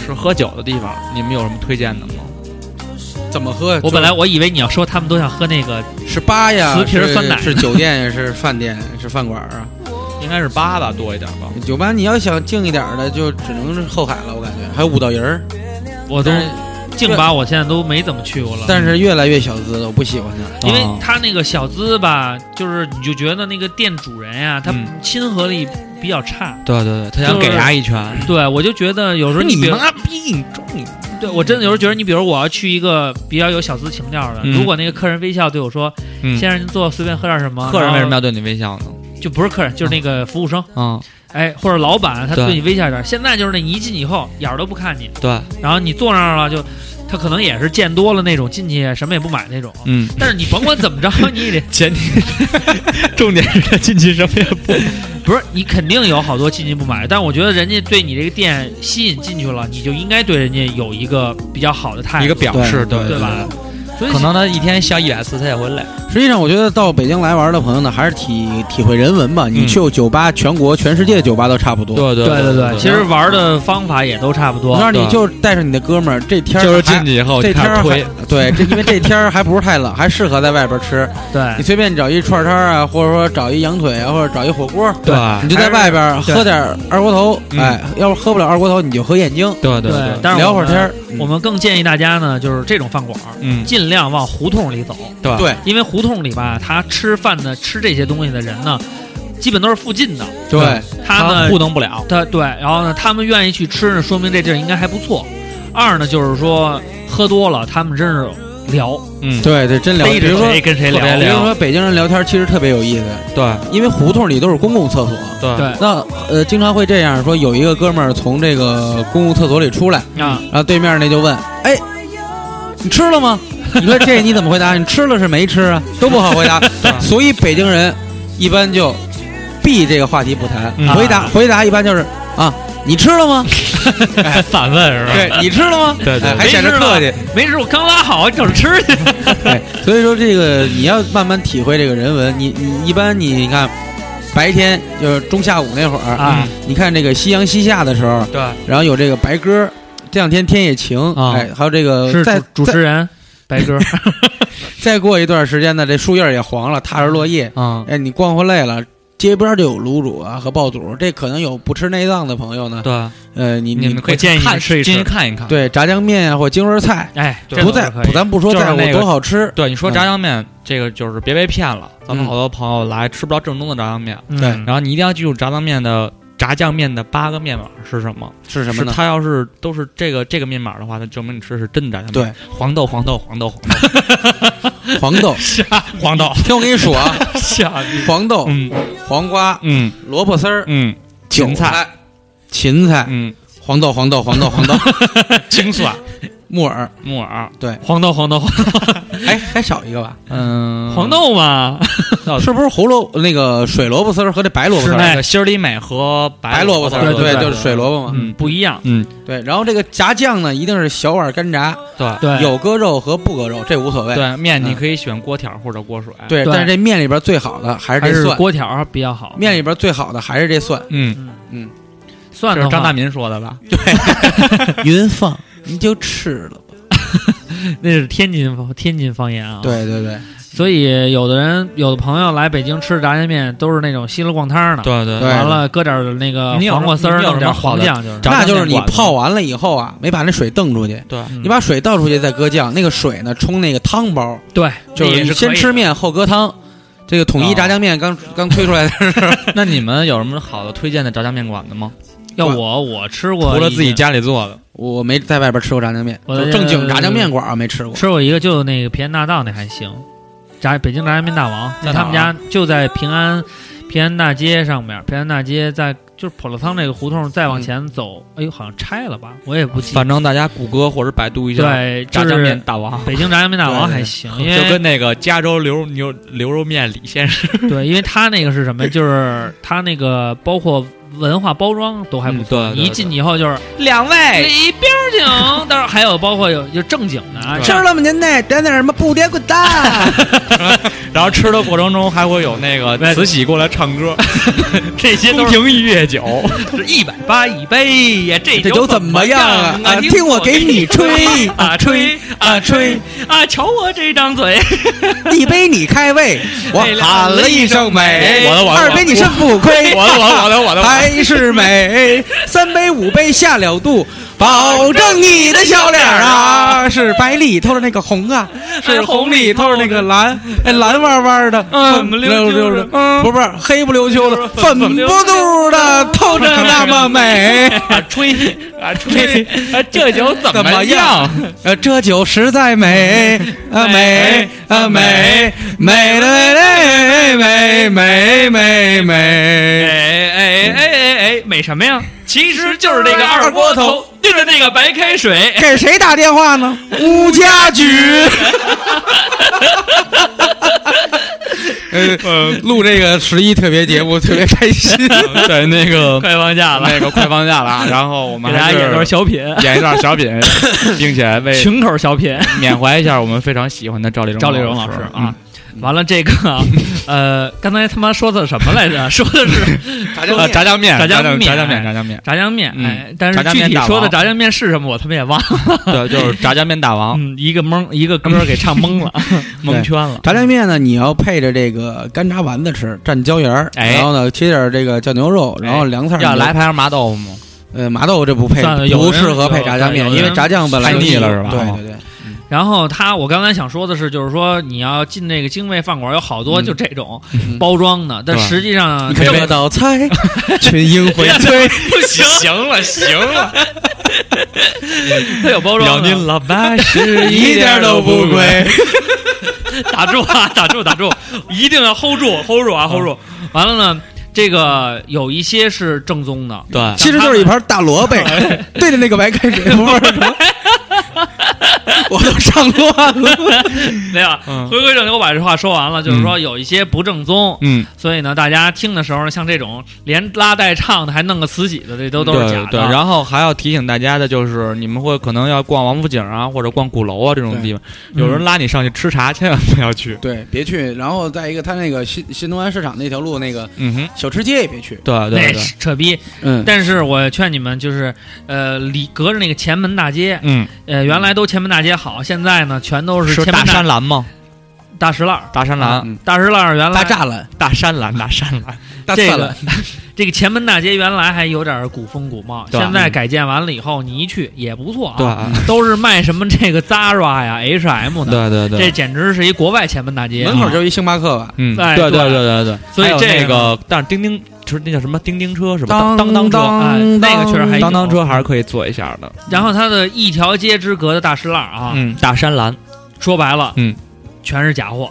S2: 是喝酒的地方，你们有什么推荐的吗？
S3: 怎么喝？
S1: 我本来我以为你要说他们都想喝那个
S3: 是吧呀，
S1: 瓷瓶
S3: 是
S1: 酸奶
S3: 是酒店，是饭店，是饭馆啊。
S2: 应该是八吧多一点吧。
S3: 酒吧你要想静一点儿的，就只能是后海了，我感觉。还有五道营儿，
S1: 我都
S3: 但是
S1: 静吧，我现在都没怎么去过了。
S3: 但是越来越小资了，我不喜欢它。
S1: 因为
S2: 哦啊
S1: 他那个小资吧，就是你就觉得那个店主人呀、他
S2: 嗯
S1: 亲和力比较差。
S2: 对对对，他想给他一拳，
S1: 对我就觉得有时候你比如，
S2: 逼嗯你中你！
S1: 对我真的有时候觉得你，比如我要去一个比较有小资情调的，
S2: 嗯
S1: 如果那个客人微笑对我说：“
S2: 嗯
S1: 先生，您坐，随便喝点什么。”
S2: 客人为什么
S1: 然
S2: 要对你微笑呢？
S1: 后就不是客人，就是那个服务生，
S2: 啊，
S1: 哎，或者老板，他
S2: 对
S1: 对你微笑一点。现在就是那你一进以后，眼儿都不看你，
S2: 对
S1: 然后你坐那儿了就。他可能也是见多了那种进去什么也不买那种。
S2: 嗯，
S1: 但是你甭管怎 么着，你也得
S2: 前提重点是 他进去什么也不
S1: 不是你肯定有好多进去不买，但我觉得人家对你这个店吸引进去了，你就应该对人家有一个比较好的态度，
S2: 一个表示，对
S1: 对吧？？所以
S7: 可能他一天消一百次，他也会累。
S3: 实际上，我觉得到北京来玩的朋友呢，还是体体会人文吧。你
S2: 嗯
S3: 去酒吧，全国、全世界酒吧都差不多。
S7: 对对
S1: 对对对，其实玩的方法也都差不
S3: 我
S1: 多
S3: 告。诉你，就带上你的哥们儿，这天儿
S2: 啊就是
S3: 还
S2: 进去以后
S3: 这天
S2: 开始
S3: 儿还
S2: 推，
S3: 对，这因为这天儿还不是太冷，还适合在外边 吃。
S1: 对
S2: 哎
S3: 你，随便找一串摊儿啊，或者说找一羊腿啊，或者找一火锅，
S2: 对
S3: 你就在外边儿喝点儿二锅头。
S2: 嗯
S3: 哎，要是喝不了二锅头，你就喝燕京，
S2: 对对
S1: 对，但是
S3: 聊
S1: 我
S3: 会儿
S1: 们
S3: 天儿。嗯
S1: 我们更建议大家呢，就是这种饭馆儿
S2: 嗯
S1: 尽量往胡同里走，
S2: 对
S3: 对
S1: 因为胡同里吧，他吃饭的吃这些东西的人呢，基本都是附近的，
S3: 对，
S1: 他呢
S7: 啊互动不了。
S1: 他对，然后呢，他们愿意去吃呢，说明这地儿应该还不错。二呢，就是说喝多了，他们真是聊，
S2: 嗯
S3: 对对，真聊。
S1: 逮
S3: 比如
S1: 着
S3: 说，
S1: 谁跟谁
S7: 特别
S1: 聊
S3: 比如
S7: 聊
S3: 说北京人聊天其实特别有意思，
S2: 对
S3: 因为胡同里都是公共厕所。
S2: 对
S1: 对
S3: 那呃，经常会这样说，有一个哥们儿从这个公共厕所里出来，
S1: 啊，
S3: 然后对面那就问：“哎，你吃了吗？”你说这你怎么回答？你吃了是没吃啊？都不好回答。所以北京人一般就避这个话题不谈，
S2: 嗯
S3: 回答回答一般就是啊，你吃了吗？
S7: 哎反问是吧？
S3: 对你吃了吗？
S2: 对对
S3: 哎还显着客气。
S1: 没事，我刚拉好，你等着吃 去。
S3: 对，所以说这个你要慢慢体会这个人文。你你一般你你看，白天就是中下午那会儿嗯
S1: 啊，
S3: 你看这个夕阳西下的时候，
S7: 对，
S3: 然后有这个白鸽，这两天天也晴，
S7: 啊
S3: 哎，还有这个
S1: 是
S3: 再
S1: 主主
S3: 再
S1: 持人白哥，
S3: 再过一段时间呢，这树叶也黄了，踏着落叶，
S7: 嗯，
S3: 哎，你逛回累了。街边就有卤煮啊和爆肚，这可能有不吃内脏的朋友呢。
S7: 对，
S3: 呃，你
S7: 你们可以
S1: 我建议你
S7: 看
S1: 吃一吃
S7: 进去看一看。
S3: 对炸酱面啊或京味儿菜，
S1: 哎，这
S3: 不
S1: 倒
S3: 在
S1: 是可以
S3: 不咱不说
S7: 就是
S3: 在乎
S7: 那个
S3: 多好吃，
S7: 对，你说
S3: 嗯
S7: 炸酱面这个就是别被骗了，咱们
S3: 嗯
S7: 好多朋友来吃不着正宗的炸酱面，
S1: 嗯
S3: 对
S7: 然后你一定要记住炸酱面的炸酱面的八个面码是什么。
S3: 是什么
S7: 是
S3: 呢？
S7: 它要是都是这个这个面码的话，那证明你吃的是真的炸酱面。
S3: 对，
S7: 黄豆黄豆黄豆 黄豆
S3: 黄豆。
S7: 黄豆，
S3: 听我跟你说啊，
S7: 下
S3: 黄豆、
S2: 嗯
S3: 黄瓜、
S2: 嗯
S3: 萝卜丝儿、
S2: 嗯
S3: 韭
S7: 芹菜
S3: 菜、芹菜、
S2: 嗯，
S3: 黄豆、黄豆、黄豆、黄豆、
S7: 青蒜、
S3: 木耳，
S7: 木耳，
S1: 黄豆黄豆黄
S3: 哎，还少一个吧？
S7: 嗯，
S1: 黄豆嘛，
S3: 是不是胡萝那个水萝卜丝儿和这白萝卜
S7: 是
S3: 丝儿？
S7: 那个呃心儿里美和
S3: 白萝卜丝儿，
S1: 对
S3: 对，
S1: 对
S3: 就是水萝卜嘛。
S7: 嗯，
S1: 不一样。
S3: 对，然后这个炸酱呢，一定是小碗干炸，
S7: 对
S1: 对，
S3: 有搁肉和不搁肉，这无所谓。
S7: 对面你
S3: 嗯
S7: 可以选锅条或者锅水。
S3: 对，
S1: 对
S3: 但是这面里边最好的还是
S1: 还
S3: 这
S1: 是
S3: 蒜，
S1: 锅条比较好。
S3: 面里边最好的还是这蒜。
S2: 嗯，
S1: 蒜
S7: 这
S1: 的
S7: 是
S1: 话
S7: 张大民说的吧？
S3: 云放你就吃了吧。
S1: 那是天津方天津方言啊。，
S3: 对对对，
S1: 所以有的人有的朋友来北京吃炸酱面，都是那种稀了逛汤儿的，
S7: 对对
S3: 对
S1: 完了搁点儿那个
S7: 你有什么
S1: 黄瓜丝儿，
S7: 你有什
S1: 弄
S7: 么
S1: 点
S7: 好
S1: 黄
S7: 的
S1: 酱就是。
S7: 炸
S3: 那
S7: 酱
S3: 就是
S7: 面
S3: 你
S7: 馆子
S3: 泡完了以后啊，没把那水瞪出去，
S7: 对，
S1: 嗯
S3: 你把水倒出去再搁酱，那个水呢冲那个汤包，
S1: 对，
S3: 就
S1: 那也
S3: 你
S1: 是
S3: 先
S1: 可以
S3: 吃
S1: 的。
S3: 面后搁汤。这个统一
S7: 哦
S3: 炸酱面刚刚推出来的时候，
S7: 那你们有什么好的推荐的炸酱面馆子吗？
S1: 要我我吃过一个，
S2: 除了自己家里做的，
S3: 我没在外边吃过炸酱面，
S1: 我
S3: 就正经炸酱面馆儿没吃过。
S1: 吃过一个，就那个平安大道那还行，炸北京炸酱面大王，
S7: 在
S1: 在
S7: 哪儿
S1: 他们家就在平安平安大街上面，平安大街在就是普乐仓这个胡同再往前走，哎呦好像拆了吧，我也不记得。
S7: 反正大家谷歌或者百度一下
S1: 对，就
S7: 炸
S1: 是
S7: 酱面大王，
S1: 北京炸酱面大王还行，因为
S2: 就跟那个加州牛肉牛牛肉面李先生，
S1: 对，因为他那个是什么？就是他那个包括文化包装都还不错。
S7: 嗯对对
S1: 你一进去以后就是
S7: 两位
S1: 里边儿请，当然还有包括有就正经的啊，
S7: 对
S1: 这
S3: 了吗？您那点点什么不点滚蛋？
S2: 然后吃的过程中还会有那个 慈禧过来唱歌，
S1: 这些
S2: 宫
S1: 都是
S2: 廷乐酒，
S1: 一百八一杯呀，这
S3: 这酒怎么样啊
S1: 啊？？
S3: 啊听我给你吹
S1: 啊吹啊吹啊，瞧我这张嘴，
S3: 一杯你开胃，我
S1: 哎
S3: 喊了一声美，
S1: 我
S2: 的我的
S3: 二杯你肾不亏，
S2: 我的我的我的我的，
S3: 还是美，三杯五杯下了肚，保证你的小脸儿啊是白里透着那个红啊，是红里透着那个蓝，哎蓝弯弯的，
S1: 嗯
S3: 粉
S1: 溜溜的
S3: 的，不不是黑不溜秋的，粉不嘟的，透着那么美。
S1: 啊吹啊吹啊，这酒怎
S3: 怎么
S1: 么
S3: 样？呃，这酒实在美，啊美啊美，美的嘞美美美美美。
S1: 哎哎哎哎哎美美什么呀？其实就是那个二锅头炖的那个白开水。
S3: 给谁打电话呢？吴家驹。呃，录这个十一特别节 目特别开心。
S2: 对，那个
S1: 快放假了，
S2: 那个快放假了啊，然后我
S1: 给
S2: 们
S1: 大家
S2: 还是
S1: 演段小品，
S2: 演一段小品，并且为
S1: 群口小品。
S2: 缅怀一下我们非常喜欢的赵丽蓉
S1: 赵丽蓉
S2: 老
S1: 老师啊
S2: 啊，。
S1: 完了，这个 呃，刚才他妈说的什么来着？说的是
S2: 呃炸酱面，
S1: 炸
S2: 炸
S1: 酱面
S2: 炸酱面，炸酱 面，
S1: 炸酱面，
S2: 嗯
S1: 哎，但是
S2: 炸酱
S1: 具
S2: 面
S1: 体
S2: 大王
S1: 说的炸酱面是什么，我他妈也忘了。
S2: 对，就是炸酱面大王，
S1: 嗯，一个蒙，一个歌儿给唱懵 了， 蒙圈了。
S3: 炸酱面呢，你要配着这个干炸丸子吃，蘸椒盐儿，
S2: 哎
S3: 然后呢切点这个酱牛肉，然后凉菜儿
S2: 要
S3: 你就
S2: 来盘麻豆腐吗？
S3: 呃麻豆这不配
S1: 算了，有
S3: 不
S1: 人
S3: 适合配
S1: 有
S3: 炸酱面，
S1: 有
S3: 因为
S1: 人
S3: 炸酱本来
S2: 太
S3: 就
S2: 腻了是吧
S3: 对
S2: 哦
S3: 对对，
S1: 然后他，我刚才想说的是，就是说你要进那个精卫饭馆，有好多就这种
S3: 嗯
S1: 包装的，但
S2: 对吧
S1: 实际 上
S3: 这么道菜，群英荟萃。
S1: 不行，
S2: 行 了，行了，
S1: 它有包装的。
S2: 老板是
S3: 一点儿都不贵。
S1: 打住啊， 打住，打住，一定要 hold 住，hold 住啊，hold 住。
S2: 嗯
S1: 完了呢，这个有一些是正宗的，
S2: 对，
S3: 其实就是一盘大萝卜，对着那个白开水味儿的， 我都上乱了。
S1: 没有，
S2: 嗯
S1: 回归正题，我把这话说完了，就是说有一些不正宗，
S2: 嗯，
S1: 所以呢，大家听的时候，像这种连拉带唱的，还弄个慈禧的，这都都是假
S2: 对
S1: 的。
S2: 对，然后还要提醒大家的就是，你们会可能要逛王府井啊，或者逛鼓楼啊这种地方，有人拉你上去吃茶，千万不要去。
S3: 对，别去。然后再一个，他那个新新东安市场那条路那个
S2: 嗯哼，
S3: 小吃街也别去。
S2: 对
S1: 那
S2: 对对，
S1: 是扯逼，
S3: 嗯，
S1: 但是我劝你们就是，呃，里隔着那个前门大街，
S2: 嗯，
S1: 呃，原来都前门大街好，现在呢全都
S2: 是
S1: 前
S2: 大
S1: 门大
S2: 山兰吗？啊
S1: 大石烂儿，
S2: 大山兰，
S3: 嗯
S1: 大石烂儿原来
S3: 大栅栏、
S2: 大山兰，大山兰，
S3: 大
S1: 这
S3: 栅
S1: 个
S3: 栏，
S1: 这个前门大街原来还有点古风古貌，
S2: 对啊嗯
S1: 现在改建完了以后，你一去也不错
S2: 对
S1: 啊，都是卖什么这个 Zara 呀、H&M 的，
S2: 对对对，啊
S1: 这简直是一国外前门大街。啊
S3: 门口就是一星巴克吧？
S2: 嗯，
S1: 哎
S2: 对
S1: 对
S2: 对对对，
S1: 所以
S2: 还有
S1: 这
S2: 那
S1: 个
S2: 个，但是叮叮就是那叫什么叮叮车是吧？当
S3: 当
S2: 当车。
S1: 哎那个确实还有
S2: 当当车还是可以坐一下的，
S1: 然后它的一条街之隔的大石烂儿啊，
S2: 嗯，大山兰，
S1: 说白了，
S2: 嗯，
S1: 全是假货，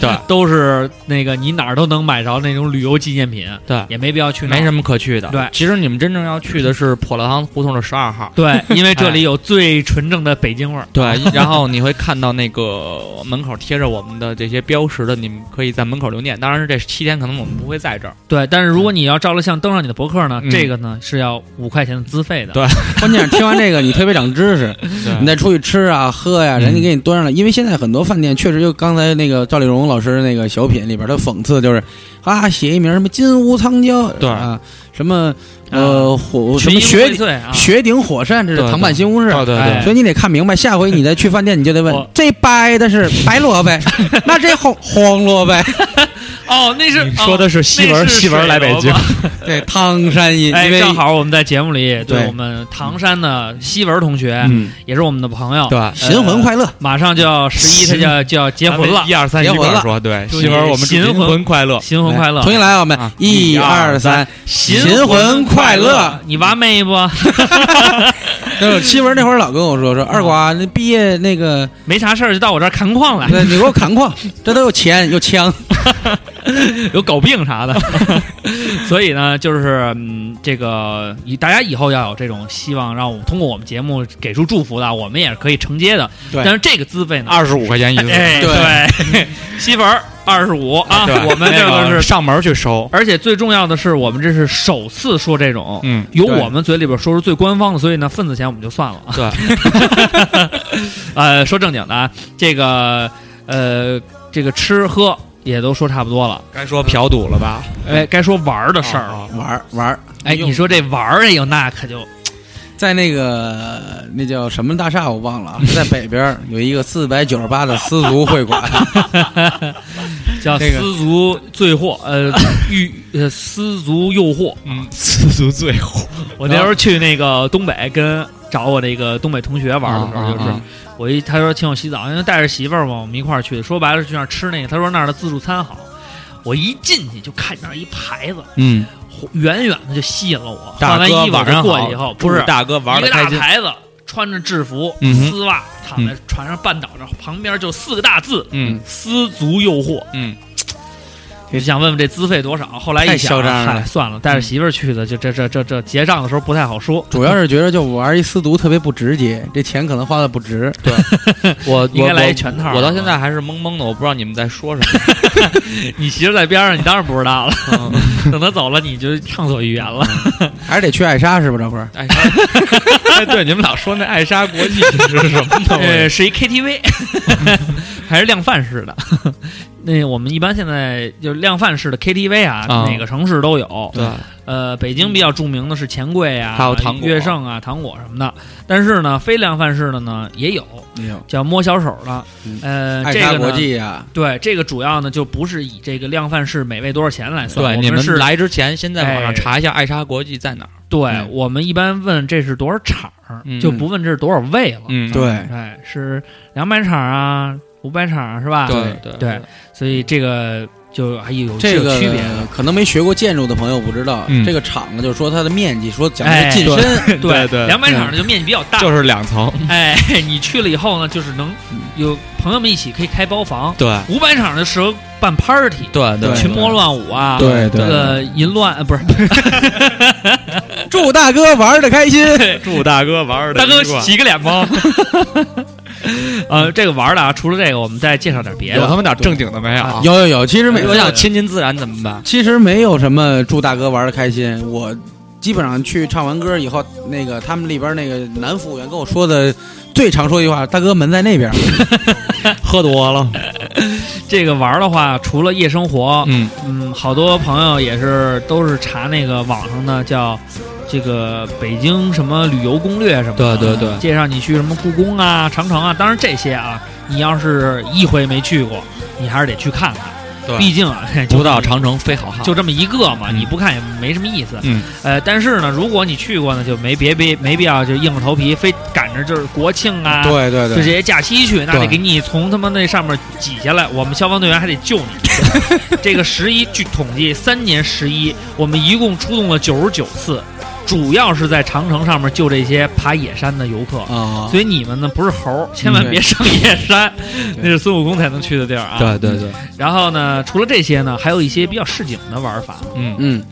S2: 对，
S1: 都是那个你哪儿都能买着那种旅游纪念品，
S2: 对
S1: 也没必要去那儿
S2: 没什么可去的。
S1: 对
S2: 其实你们真正要去的是破烂堂胡同的十二号，
S1: 对， 因为
S2: 哎
S1: 这里有最纯正的北京味儿。
S2: 对，然后你会看到那个门口贴着我们的这些标识的，你们可以在门口留念。当然是这七天可能我们不会在这儿，
S1: 对，但是如果你要照了相登上你的博客呢，
S2: 嗯
S1: 这个呢是要五块钱的资费的。
S2: 对
S3: 关键是听完这个，你特别长知识。你
S2: 嗯
S3: 再出去吃啊、喝呀、人家给你端上来。因为现在很多饭店确实就刚才那个赵丽蓉老师那个小品里边，他讽刺就是啊，写一名什么金屋藏娇，
S2: 对
S3: 啊，什么呃火什
S1: 群英
S3: 么雪
S1: 荟
S3: 顶
S1: 萃啊，
S3: 雪顶火扇，这是
S2: 对
S3: 唐坂新屋式。
S2: 对对
S1: 哎
S2: 对
S3: 所以你得看明白，下回你再去饭店，你就得问
S1: 我
S3: 这掰的是白萝卜，那这红黄萝卜，
S1: 哦，那是
S2: 你说的是西文
S1: 哦那是
S2: 西文来北京
S1: 水楼吧
S3: 对汤山因
S1: 哎，
S3: 因为
S1: 正好我们在节目里对
S3: 对
S1: 我们唐山的西文同学，
S2: 嗯，
S1: 也是我们的朋友，
S2: 对，
S3: 神魂快乐，
S1: 马上就要十一，他就要就要结婚了
S2: 一，二三，一
S3: 结婚
S2: 块
S3: 了
S2: 儿说对，嗯
S1: 祝
S2: 媳妇儿
S1: 你
S2: 我们祝
S1: 新
S2: 您
S1: 婚
S2: 婚快乐，
S1: 新婚快乐，
S3: 重新来啊，我们
S2: 啊
S3: 一
S2: 一
S3: 二
S2: 二
S3: 三，
S1: 新
S3: 魂快乐
S1: 乐。，你娃妹不？
S3: 就是七文那会儿老跟我说说二瓜，那毕业那个，
S1: 没啥事儿就到我这儿看矿来，
S3: 对你给我扛矿，这都有钱有枪，
S1: 有狗病啥的。 所以呢，就是嗯，这个以大家以后要有这种希望，让我们通过我们节目给出祝福的，我们也是可以承接的。
S3: 对
S1: 但是这个资费呢，
S2: 二十五块钱一次，
S1: 哎对，西文二十五啊
S2: 对，
S1: 我们这
S2: 那
S1: 个是，
S2: 上门去收，
S1: 而且最重要的是，我们这是首次说这种。
S2: 嗯，
S1: 由
S3: 对
S1: 我们嘴里边说出最官方的，所以呢，份子钱我们就算了。
S2: 对，
S1: 呃，说正经的啊，这个呃，这个吃喝也都说差不多了，
S2: 该说嫖赌了吧？
S1: 哎，该说玩儿的事儿了。
S2: 啊，
S3: 玩儿玩儿。
S1: 哎，你说这玩儿哎呦，那可就
S3: 在那个那叫什么大厦我忘了啊，在北边儿有一个四百九十八的私族会馆，
S1: 叫
S3: 这个
S1: 私族罪惑，呃，欲呃私族诱惑。
S2: 嗯，四足最火，
S1: 我那时候去那个东北跟。找我这个东北同学玩的时候，就是
S2: 啊
S1: 我一他说请我洗澡，因为带着媳妇儿嘛，我们一块儿去。说白了去那儿吃那个，他说那儿的自助餐好。我一进去就看那儿一牌子，
S2: 嗯，
S1: 远远的就吸引了我。
S2: 大
S1: 看完
S2: 哥
S1: 一晚上过去以
S2: 好
S1: 后，不是
S2: 大哥玩
S1: 一
S2: 的
S1: 个
S2: 开
S1: 大
S2: 心，
S1: 牌子，穿着制服、
S2: 嗯哼
S1: 丝袜，躺
S7: 嗯
S1: 在船上半倒着，旁边就四个大字
S2: 嗯
S1: “丝足诱惑”。
S2: 嗯，
S1: 就想问问这资费多少。后来一
S3: 太
S1: 想，
S3: 嚣张了
S1: 嗨算了，带着媳妇儿去的，就这这这这结账的时候不太好说。
S3: 主要是觉得就玩一私毒特别不直接，这钱可能花的不值。
S7: 我
S1: 应该
S7: 我
S1: 来
S7: 我
S1: 一全套
S7: 我到现在还是懵懵的，我不知道你们在说什么。
S1: 你媳妇在边上，你当然不知道了。
S7: 嗯
S1: 等她走了，你就畅所欲言了。
S3: 还是得去艾莎是吧？这会儿
S7: 艾莎，哎，对，你们老说那艾莎国际是什么呢？
S1: 呃，是一 KTV，还是量贩式的。 那我们一般现在就是量贩式的 KTV 啊，
S7: 啊
S1: 哪个城市都有。
S7: 对，
S3: 哎
S1: 呃，北京比较著名的是钱柜啊，
S7: 还有糖果
S1: 乐盛啊、糖果什么的。但是呢，非量贩式的呢也有，
S3: 没有
S1: 叫摸小手的
S3: 嗯。
S1: 呃，
S3: 艾
S1: 这
S3: 莎
S1: 个
S3: 国
S1: 呢，
S3: 际啊，
S1: 对这个主要呢就不是以这个量贩式每位多少钱来算，
S7: 对，
S1: 我
S7: 你们
S1: 是
S7: 来之前先在网
S1: 哎
S7: 上查一下艾莎国际在哪儿。
S1: 对
S3: 嗯
S1: 我们一般问这是多少场儿，
S7: 嗯
S1: 就不问这是多少位了。
S7: 嗯，
S3: 对，
S1: 哎，是两百场啊，五百场啊是吧？
S7: 对
S3: 对
S7: 对
S1: 对，所以这个就还有
S3: 这
S1: 是
S3: 个
S1: 有区别的。
S3: 可能没学过建筑的朋友不知道，
S2: 嗯
S3: 这个厂子就是说它的面积，说讲
S1: 哎
S3: 的是进
S1: 对
S3: 深，
S2: 对对
S1: 两百场
S7: 嗯
S1: 呢就面积比较大，
S2: 就是两层，
S1: 哎，你去了以后呢，就是能有朋友们一起可以开包房。
S7: 对
S1: 五百场就适合办 party，
S7: 对对，
S1: 群魔乱舞啊，
S3: 对对
S1: 这个淫乱呃不是
S3: 祝大哥玩的开心。
S2: 祝大哥玩儿的
S1: 大哥
S2: 一贯
S1: 洗个脸吗？ 呃，这个玩儿的啊，除了这个，我们再介绍点别
S2: 有他
S1: 的。
S2: 妈点正经的没
S7: 啊
S2: 有？
S3: 有有有，其实没
S7: 我想亲近自然怎么办？
S3: 其实没有什么祝大哥玩的开心，我基本上去唱完歌以后，那个他们里边那个男服务员跟我说的最常说一句话：“大哥门在那边。
S7: 喝多了，
S1: 这个玩儿的话，除了夜生活，
S7: 嗯，
S1: 嗯，好多朋友也是都是查那个网上的叫这个北京什么旅游攻略什么的，啊
S7: 对对对
S1: 介绍你去什么故宫啊、长城啊，当然这些啊，你要是一回没去过，你还是得去看看，
S7: 对
S1: 毕竟啊，就
S7: 不到
S1: 这么
S7: 长城非好汉。
S1: 就这么一个嘛，
S7: 嗯
S1: 你不看也没什么意思。
S2: 嗯，
S1: 呃，但是呢，如果你去过呢，就没别别没必要就硬着头皮非赶着就是国庆啊，
S3: 对对
S1: 就这，些假期去，那得
S7: 对
S1: 给你从他妈那上面挤下来，我们消防队员还得救你。这个十一，据统计，三年十一，我们一共出动了九十九次，主要是在长城上面救这些爬野山的游客。
S3: 啊，
S1: 所以你们呢不是猴儿，千万
S3: 嗯
S1: 别上野山，那是孙悟空才能去的地儿啊。
S7: 对对对，
S1: 然后呢，除了这些呢，还有一些比较市井的玩法，
S7: 嗯，
S3: 嗯，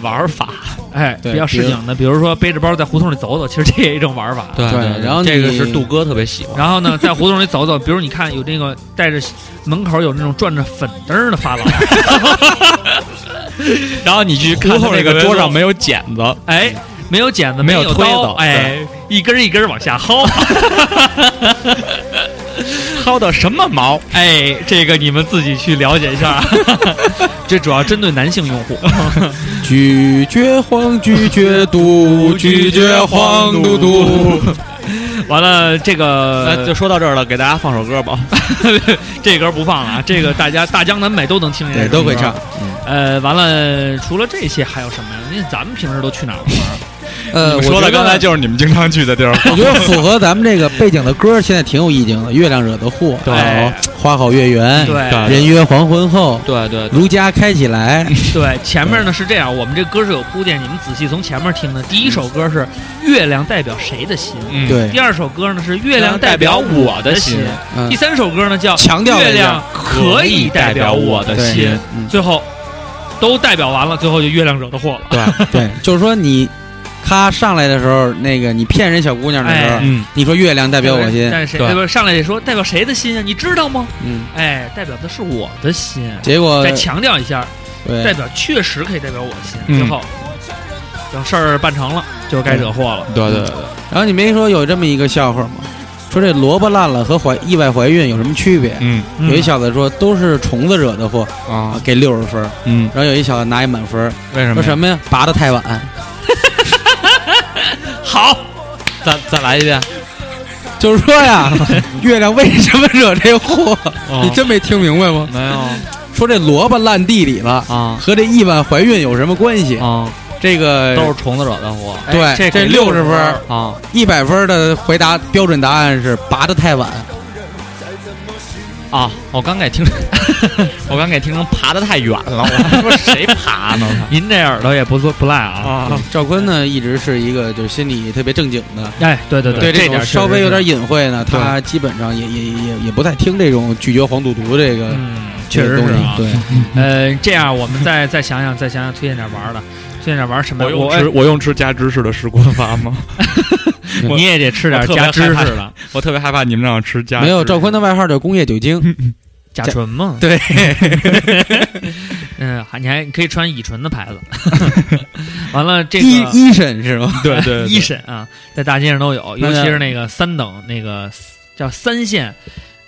S7: 玩法，
S1: 哎，
S3: 对
S1: 比较市井的，比如说背着包在胡同里走走，其实这也一种玩法。
S7: 对
S3: 对然后
S7: 这个
S3: 你
S7: 是杜哥特别喜欢。
S1: 然后呢，在胡同里走走，比如你看有那个带着门口有那种转着粉灯儿的发廊，
S7: 然后你去
S2: 胡同
S7: 那
S2: 那个桌上
S7: 没
S2: 没有剪子，
S7: 呃
S1: 哎，没有剪子，
S7: 没有
S1: 有
S7: 推
S1: 刀，
S7: 子
S1: 哎，一根儿一根儿往下薅，
S7: 薅的什么毛？
S1: 哎，这个你们自己去了解一下， 这主要针对男性用户。
S3: 拒绝黄，拒绝毒，拒绝黄嘟嘟。
S1: 完了，这个
S7: 那就说到这儿了，给大家放首歌吧。
S1: 这歌不放了，啊，这个大家大江南北都能听见，
S3: 对，都会唱。。
S1: 呃，完了，除了这些还有什么呀？因为咱们平时都去哪儿玩？
S3: 呃，我
S2: 说
S3: 觉
S2: 的
S3: 得
S2: 刚才就是你们经常去的地儿。
S3: 我觉得符合咱们这个背景的歌，现在挺有意境的。月亮惹的祸，
S1: 对
S3: 哎花好月圆，
S1: 对
S3: 人约黄昏后，
S7: 对对
S3: 如家开起来，
S1: 对，前面呢是这样，我们这歌是有铺垫，你们仔细从前面听的。第一首歌是《月亮代表谁的心》，
S2: 嗯，
S3: 对
S1: 第，二首歌呢是《月亮代表我的心》，
S3: 嗯
S1: 第三首歌呢叫《
S3: 强调了
S1: 月
S3: 一下
S1: 亮可以代表我的
S3: 对
S1: 心》。
S3: 嗯
S1: 最后都代表完了，最后就月亮惹的祸了。
S3: 对，就是说你咔上来的时候，那个你骗人小姑娘的时候，
S1: 哎
S2: 嗯，
S3: 你说月亮代表我心，
S1: 但是谁
S7: 对
S1: 不是上来得说代表谁的心啊？你知道吗？
S3: 嗯，
S1: 哎，代表的是我的心。
S3: 结果
S1: 再强调一下，代
S3: 呃对
S1: 表确实可以代表我心。
S2: 嗯
S1: 最后等事儿办成了，就该惹祸了。
S2: 对对对，
S3: 然后你没说有这么一个笑话吗？说这萝卜烂了和怀意外怀孕有什么区别？
S2: 嗯
S1: 嗯
S3: 有一小子说都是虫子惹的祸，
S7: 嗯
S2: 啊，
S3: 给六十分儿。
S2: 嗯，
S3: 然后有一小子拿一满分儿，
S2: 为什
S3: 说
S2: 么呀？
S3: 什么呀？拔的太晚。
S1: 好。
S7: 再再来一遍。
S3: 就是 说呀，月亮为什么惹这祸？
S1: 哦
S3: 你真没听明白吗？
S1: 嗯
S7: 没有
S3: 说这萝卜烂地里了，
S7: 啊
S3: 和这意外怀孕有什么关系？
S7: 啊，
S3: 这
S2: 哎
S3: 个
S7: 都是虫子惹的祸
S1: 哎
S3: 对，
S1: 这
S3: 这
S1: 给
S3: 六
S1: 60
S3: 十分儿，
S7: 啊。
S3: 一百分儿的回答标准答案是拔的太晚。
S7: 啊！我刚给 听，我刚给听成爬得太远了。我说谁爬呢？
S1: 您这耳朵也不错不赖啊！
S7: 啊，
S3: 赵坤呢，一直是一个就是心里特别正经的，
S1: 哎，对对
S3: 对
S1: 这
S3: 种
S1: 点确实
S3: 稍微有点
S1: 是
S3: 隐晦呢，他基本上也也也也不太听这种拒绝黄赌毒这个
S1: 嗯，确实
S3: 这
S1: 是
S3: 个东西
S1: 啊。
S3: 对，
S1: 呃，这样我们再再想想，再想想推荐点玩儿的，推荐点玩儿什么
S2: 我哎
S1: 呀？
S2: 用
S1: 我
S2: 吃我用吃加芝士的石锅发吗？我
S1: 你也得吃点
S2: 我特别
S1: 加芝
S2: 害
S1: 士
S2: 怕
S1: 的，
S2: 我特别害怕你们让我吃
S1: 啊
S2: 加
S3: 没
S2: 芝
S3: 有
S2: 士
S3: 赵坤的外号叫工业 酒精，
S1: 甲
S3: 加
S1: 醇嘛。
S3: 对，
S1: 嗯，还你还你可以穿乙醇的牌子。 完了，这个
S3: 医医生是吗？
S2: 对 对
S1: 一审啊，在大街上都有，
S3: 那
S1: 尤其是那个三等那个叫三线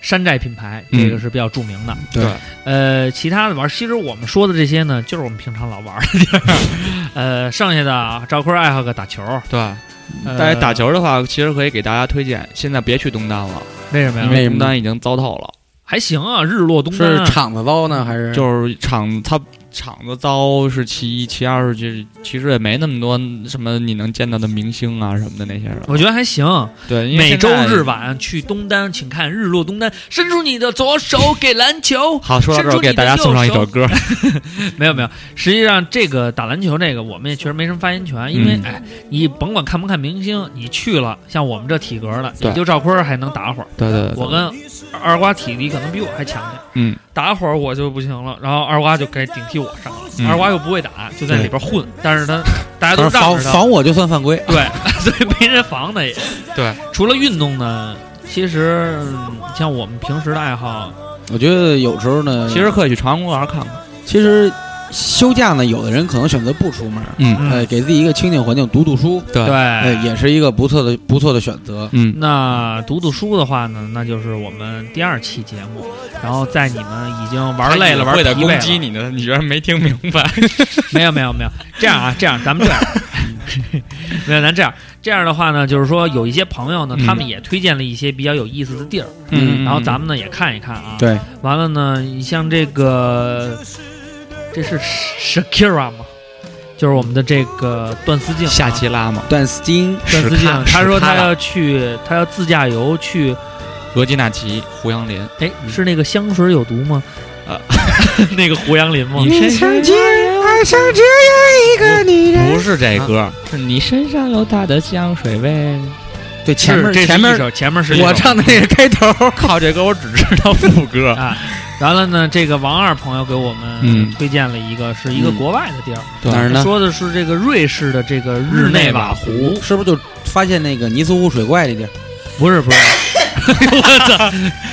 S1: 山寨品牌，
S2: 嗯
S1: 这个是比较著名的。
S3: 对，
S1: 呃，其他的玩，儿，其实我们说的这些呢，就是我们平常老玩儿的地儿。 呃，剩下的啊，赵坤爱好个打球，
S2: 对，
S1: 呃
S2: 大家打球的话，其实可以给大家推荐，现在别去东单了，
S1: 为什么
S2: 因
S1: 呀？
S3: 为
S2: 为
S3: 什么
S2: 东单已经糟透了，
S1: 还行啊，日落东单
S3: 是厂子包呢还是？
S2: 就是场它场子糟是其一，其二是就是其实也没那么多什么你能见到的明星啊什么的那些人。
S1: 我觉得还行。
S2: 对，因为
S1: 每
S2: 现
S1: 周
S2: 在
S1: 日晚去东单，请看日落东单，伸出你的左手给篮球。
S2: 好，说到
S1: 伸
S2: 这儿，
S1: 出你
S2: 给
S1: 的
S2: 大家送上一
S1: 右手
S2: 首歌。
S1: 没有没有，实际上这个打篮球这个，我们也确实没什么发言权，因为、
S2: 嗯
S1: 哎，你甭管看不看明星，你去了，像我们这体格的，
S2: 对
S1: 也就赵坤儿还能打会儿，
S2: 对对对，
S1: 我跟二瓜体力可能比我还强点儿，
S2: 嗯，
S1: 打会儿我就不行了，然后二瓜就该顶替我上了，
S2: 嗯
S1: 二瓜又不会打，就在里边混，但是 他大家
S3: 反
S1: 都
S3: 正
S1: 让
S3: 防
S1: 着他，
S3: 防我就算犯规，
S1: 对， 所以没人防他也。
S2: 对，
S1: 除了运动呢，其实嗯像我们平时的爱好，
S3: 我觉得有时候呢，
S2: 其实可以去朝阳公园看看。
S3: 其实休假呢，有的人可能选择不出门，
S2: 嗯
S3: 呃，给自己一个清静环境，读读书，
S2: 对
S3: 呃，
S1: 对。
S3: 也是一个不错的不错的选择。
S2: 嗯，
S1: 那读读书的话呢，那就是我们第二期节目。然后在你们已经玩累了、玩
S2: 会的
S1: 疲惫
S2: 攻击
S1: 了，
S2: 你呢，你居然没听明白？
S1: 没有没有没有，这 样啊，这样咱们这样， 没有咱这样，这样的话呢，就是说有一些朋友呢，
S2: 嗯
S1: 他们也推荐了一些比较有意思的地儿，
S3: 嗯
S1: 然后咱们呢也看一看啊。
S3: 对，
S1: 完了呢，你像这个，这是 Shakira 吗？就是我们的这个段思静啊，
S2: 夏奇拉嘛，
S3: 段斯金
S1: 段思静，
S2: 史
S1: 他说他
S2: 卡
S1: 要去，他要自驾游去，
S2: 额济纳奇、胡杨林，
S1: 哎，是那个香水有毒吗？
S2: 嗯啊，
S1: 那个胡杨林吗？
S3: 嗯
S2: 你身上
S3: 爱上只有一个女
S2: 不是这
S1: 啊
S2: 歌，是你身上有她的香水味。
S3: 对，前面
S1: 是这是
S3: 前
S1: 一
S3: 面
S1: 首，前面是一
S3: 我
S1: 首
S3: 唱的那个开头，
S2: 靠，这歌我只知道副歌。
S1: 啊。完了呢，这个王二朋友给我们
S2: 嗯
S1: 推荐了一个，是一个
S3: 嗯
S1: 国外的地儿，
S3: 哪儿呢？
S1: 说的是这个瑞士的这个
S2: 日
S1: 内
S2: 内
S1: 瓦
S2: 瓦
S1: 湖，
S3: 是不是就发现那个尼斯湖水怪这地儿？
S1: 不是不是，我操，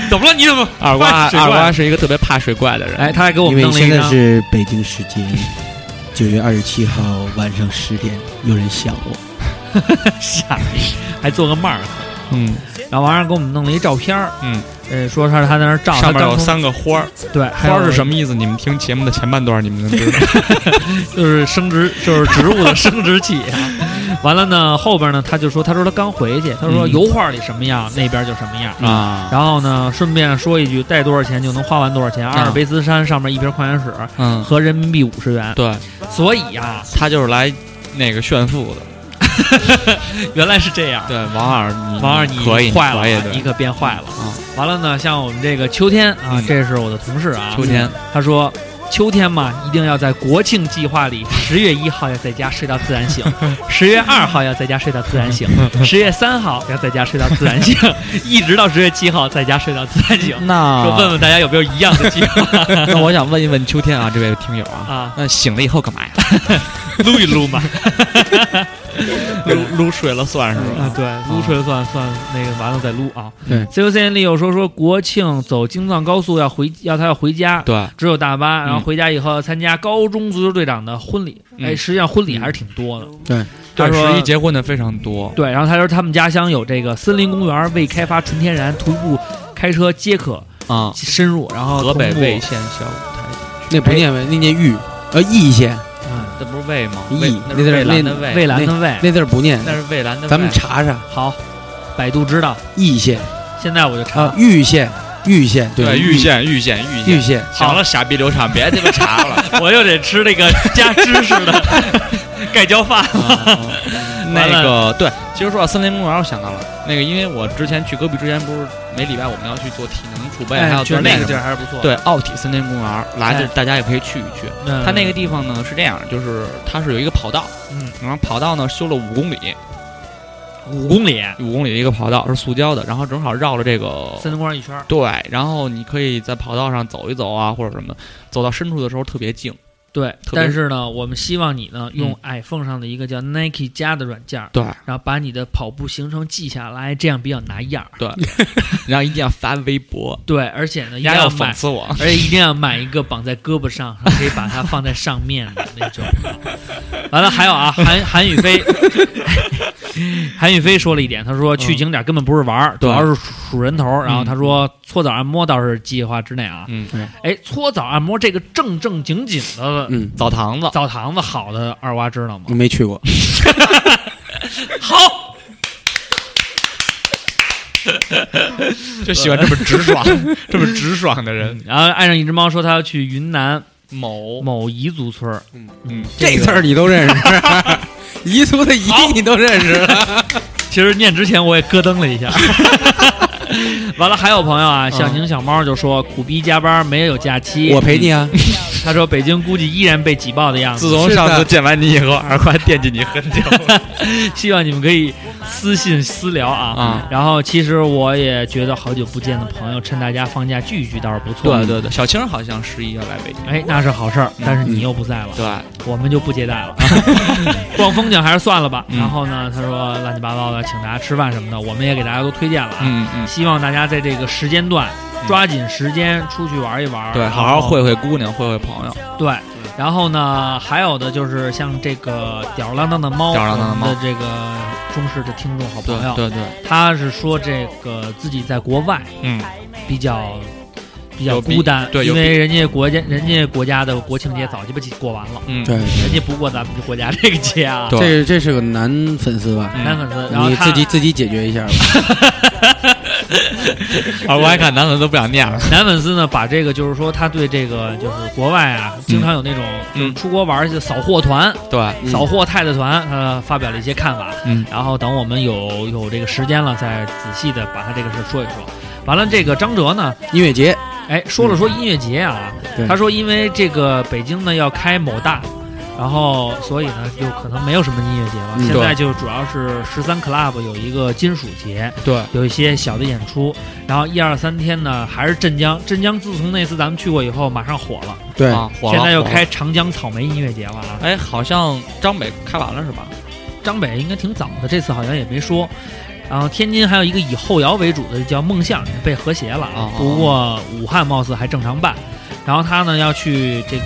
S1: 怎么了？你怎么？
S2: 二瓜，
S1: 水怪
S2: 二瓜是一个特别怕水怪的人。
S1: 哎，，他还给我
S3: 因
S1: 们弄
S3: 为
S1: 了一
S3: 现在
S1: 张。
S3: 是北京时间 九月二十七号晚上十点，有人想我。
S1: 傻逼， 还做个帽儿。
S2: 嗯，
S1: 然后王二给我们弄了一照片儿，
S2: 嗯，
S1: 呃，说他是他在那儿照，
S2: 上
S1: 他
S2: 面
S1: 刚
S2: 有
S1: 从
S2: 三个花儿，
S1: 对，还
S2: 花
S1: 有
S2: 儿是什么意思？你们听节目的前半段，你们能知 道。
S1: 就是生殖，就是植物的生殖器 啊。完了呢，后边呢，他就说，他说他刚回去，他说
S2: 嗯
S1: 油画里什么样，那边就什么样。
S2: 啊，
S1: 然后呢，顺便说一句，带多少钱就能花完多少钱。
S2: 啊
S1: 阿尔卑斯山上面一瓶矿泉水
S2: 嗯，
S1: 合人民币五十元，
S2: 对，
S1: 所以啊，
S2: 他就是来那个炫富的。
S1: 原来是这样。
S2: 对，王二，你
S1: 王二，你
S2: 嗯可以，
S1: 坏了
S2: 可以
S1: 啊，
S2: 对
S1: 你可变坏了
S2: 啊！
S1: 完了呢，像我们这个秋天啊，
S2: 嗯
S1: 这是我的同事啊，
S2: 秋天，
S1: 他说。秋天嘛，一定要在国庆计划里，十月一号要在家睡到自然 醒，十月二号要在家睡到自然醒，
S2: 嗯
S1: 十月三号要在家睡到自然醒，一直到十月七号在家睡到自然醒。
S2: 嗯
S1: 说问
S2: 那
S1: 问大家有没有一样的计划
S2: 那我想问一问秋天啊，这位听友啊，
S1: 啊？
S2: 那醒了以后干嘛呀？
S1: 撸一撸嘛，
S2: 撸撸睡了算是
S1: 啊，
S2: 吧？
S1: 对，撸出来算算那个完了再撸啊。
S3: 对
S1: ，COC 里有说说国庆走京藏高速要回要他要回家，
S2: 对，
S1: 只有大巴，然后
S2: 嗯
S1: 回家以后要参加高中足球队长的婚礼。
S2: 嗯
S1: 哎，实际上婚礼还是挺多的。
S3: 对，
S1: 他
S2: 对，
S1: 说
S2: 十一结婚的非常多。
S1: 对，然后他说他们家乡有这个森林公园，未开发纯天然，徒步开车皆可
S2: 啊，
S1: 深入。然后
S2: 河北
S1: 同步
S2: 魏县小舞台，
S3: 那不念为，那念玉，呃，义县，
S1: 嗯
S2: 那不是魏吗？
S3: 咦
S2: 魏那是蔚蓝的
S3: 那
S1: 蔚
S2: 魏，
S1: 蓝的蔚，
S3: 那字儿不念。
S2: 哎那是蔚蓝的蔚。
S3: 咱们查查
S1: 好，百度知道。
S3: 义县
S1: 现在我就查
S3: 啊，，玉县，玉县，
S2: 对
S3: 玉
S2: 玉，县玉县玉县。
S3: 玉县。
S2: 行了，傻逼刘畅，别鸡巴查了。
S1: 我又得吃那个加芝士 的盖浇饭。
S2: 啊 那个对，其实说到森林公园，我想到了那个，因为我之前去戈壁之前，不是每礼拜我们要去做体能储备，还
S1: 哎，
S2: 要
S1: 觉得
S2: 做
S1: 那个地
S2: 什
S1: 儿
S2: 么。
S1: 还是不错。，
S2: 对，奥体森林公园，来
S1: 哎
S2: 这大家也可以去一去。
S1: 嗯、
S2: 它那个地方呢是这样，就是它是有一个跑道，
S1: 嗯
S2: 然后跑道呢修了五公里，
S1: 五公里，
S2: 五公里的一个跑道是塑胶的，然后正好绕了这个
S1: 森林公园一圈儿。
S2: 对，然后你可以在跑道上走一走啊，或者什么，走到深处的时候特别静。
S1: 对，
S2: 特别嗯
S1: 但是呢，我们希望你呢用 iPhone 上的一个叫 Nike 加的软件儿，
S2: 对，
S1: 然后把你的跑步行程记下来，这样比较拿样儿。
S2: 然后一定要发微 博，
S1: 对，而且呢，一定
S2: 人家要讽
S1: 买，
S2: 刺我。
S1: 而且一定要买一个绑在胳膊上，然后可以把它放在上面的那种。 完了，还有啊，韩韩宇飞， 韩宇飞说了一点，他说去景点根本不是玩儿，主
S2: 嗯对
S1: 要是数人头儿。然后他说搓澡按摩倒是计划之内啊。
S2: 嗯，
S1: 哎，搓澡按摩这个正正经经的
S3: 嗯，
S2: 澡堂子，
S1: 澡堂子好的，二娃知道吗
S3: 我？没去过，
S1: 好，
S2: 就喜欢这么直爽、 这么直爽的人。
S1: 然后爱上一只猫说他要去云南
S2: 嗯某
S1: 某彝族村儿。
S3: 嗯
S1: 嗯，
S3: 这
S1: 个
S3: 字儿你都认识，彝族的彝你都认识了，
S1: 其实念之前我也咯噔了一下。完了，还有朋友啊，小宁小猫就说苦逼加班没有假期
S3: 我。陪你啊。
S1: 他说北京估计依然被挤爆的样
S2: 自
S1: 子，
S2: 从
S3: 是的
S2: 上次见完你以后，二瓜惦记你 很久。
S1: 希望你们可以私信私聊啊
S2: 啊。
S1: 然后其实我也觉得好久不见的朋友，趁大家放假聚一聚倒是不错。
S2: 对对对，小青好像十一要来北京。
S1: 哎，那是好事儿，但是你又不在了，
S2: 嗯对，啊
S1: 我们就不接待 了。逛风景还是算了吧。
S2: 嗯
S1: 然后呢，他说乱七八糟的，请大家吃饭什么的，我们也给大家都推荐了啊。
S2: 嗯嗯，
S1: 希望大家在这个时间段抓紧时间出去玩一玩，
S2: 对，
S1: 然后
S2: 好好会会姑娘，会会朋友。
S1: 对。然后呢，还有的就是像这个吊儿郎当的猫，
S2: 吊儿郎当的猫
S1: 我们的这个中式的听众好
S2: 对
S1: 朋友，
S2: 对对，
S1: 他是说这个自己在国外
S2: 嗯，
S1: 比较比较
S2: 有比
S1: 孤单，
S2: 对
S1: 因
S2: 有比
S1: 为人家国家人家国家的国庆节早鸡巴过完了，
S2: 嗯，
S3: 对，
S1: 人家不过咱们国家这个节啊，
S2: 对
S3: 这这是个男粉丝吧？
S2: 嗯
S1: 男粉丝，然后
S3: 你
S1: 他
S3: 自己自己解决一下吧。
S2: 啊，我还看男的都不想念了。
S1: 男粉丝呢，把这个就是说他对这个就是国外啊，经常有那种就是出国玩儿去扫货团、
S2: 对，
S3: 嗯
S1: 扫货太太团，他发表了一些看法。
S2: 嗯，
S1: 然后等我们有有这个时间了，再仔细的把他这个事儿说一说。完了，这个张哲呢，
S3: 音乐节，
S1: 哎，说了说音乐节啊，
S2: 嗯
S3: 对
S1: 他说因为这个北京呢要开某大。然后，所以呢，就可能没有什么音乐节了。
S3: 嗯
S1: 现在就主要是十三 club 有一个金属节，
S2: 对，
S1: 有一些小的演出，然后一二三天呢还是镇江。镇江自从那次咱们去过以后，马上火了，
S3: 对，
S2: 啊，火了
S1: 现在又。
S2: 火了
S1: 开长江草莓音乐节了啊。
S2: 哎，好像张北开完了是吧？
S1: 张北应该挺早的，这次好像也没说。然后天津还有一个以后摇为主的叫梦象被和谐了啊
S2: 哦，
S1: 不过武汉貌似还正常办。然后他呢要去这个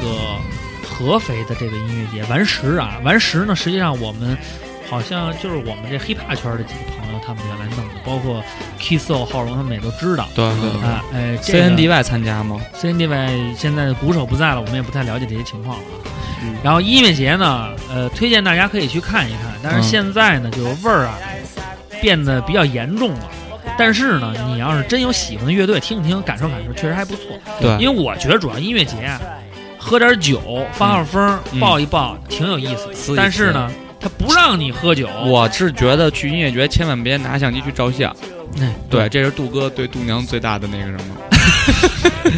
S1: 合肥的这个音乐节顽石啊，顽石呢实际上我们好像就是我们这 hiphop 圈的几个朋友他们原来弄的，包括 Kisso、浩荣他们也都知道。
S2: 对
S3: 对对
S1: 啊，哎
S2: C N D Y 参加吗？
S1: C N D Y 现在鼓手不在了，我们也不太了解这些情况了啊。
S3: 嗯
S1: 然后音乐节呢，呃，推荐大家可以去看一看，但是
S2: 嗯
S1: 现在呢，就是味儿啊变得比较严重了。但是呢，你要是真有喜欢的乐队，听一听，感受感受，确实还不错。
S2: 对，
S1: 因为我觉得主要音乐节啊，喝点酒，发发疯，
S2: 嗯
S1: 抱一抱，挺有意思的。
S2: 撕一撕
S1: 但是呢，他不让你喝酒，
S2: 我是觉得去音乐节千万别拿相机去照相。
S1: 哎
S2: 对，这是杜哥对杜娘最大的那个什么。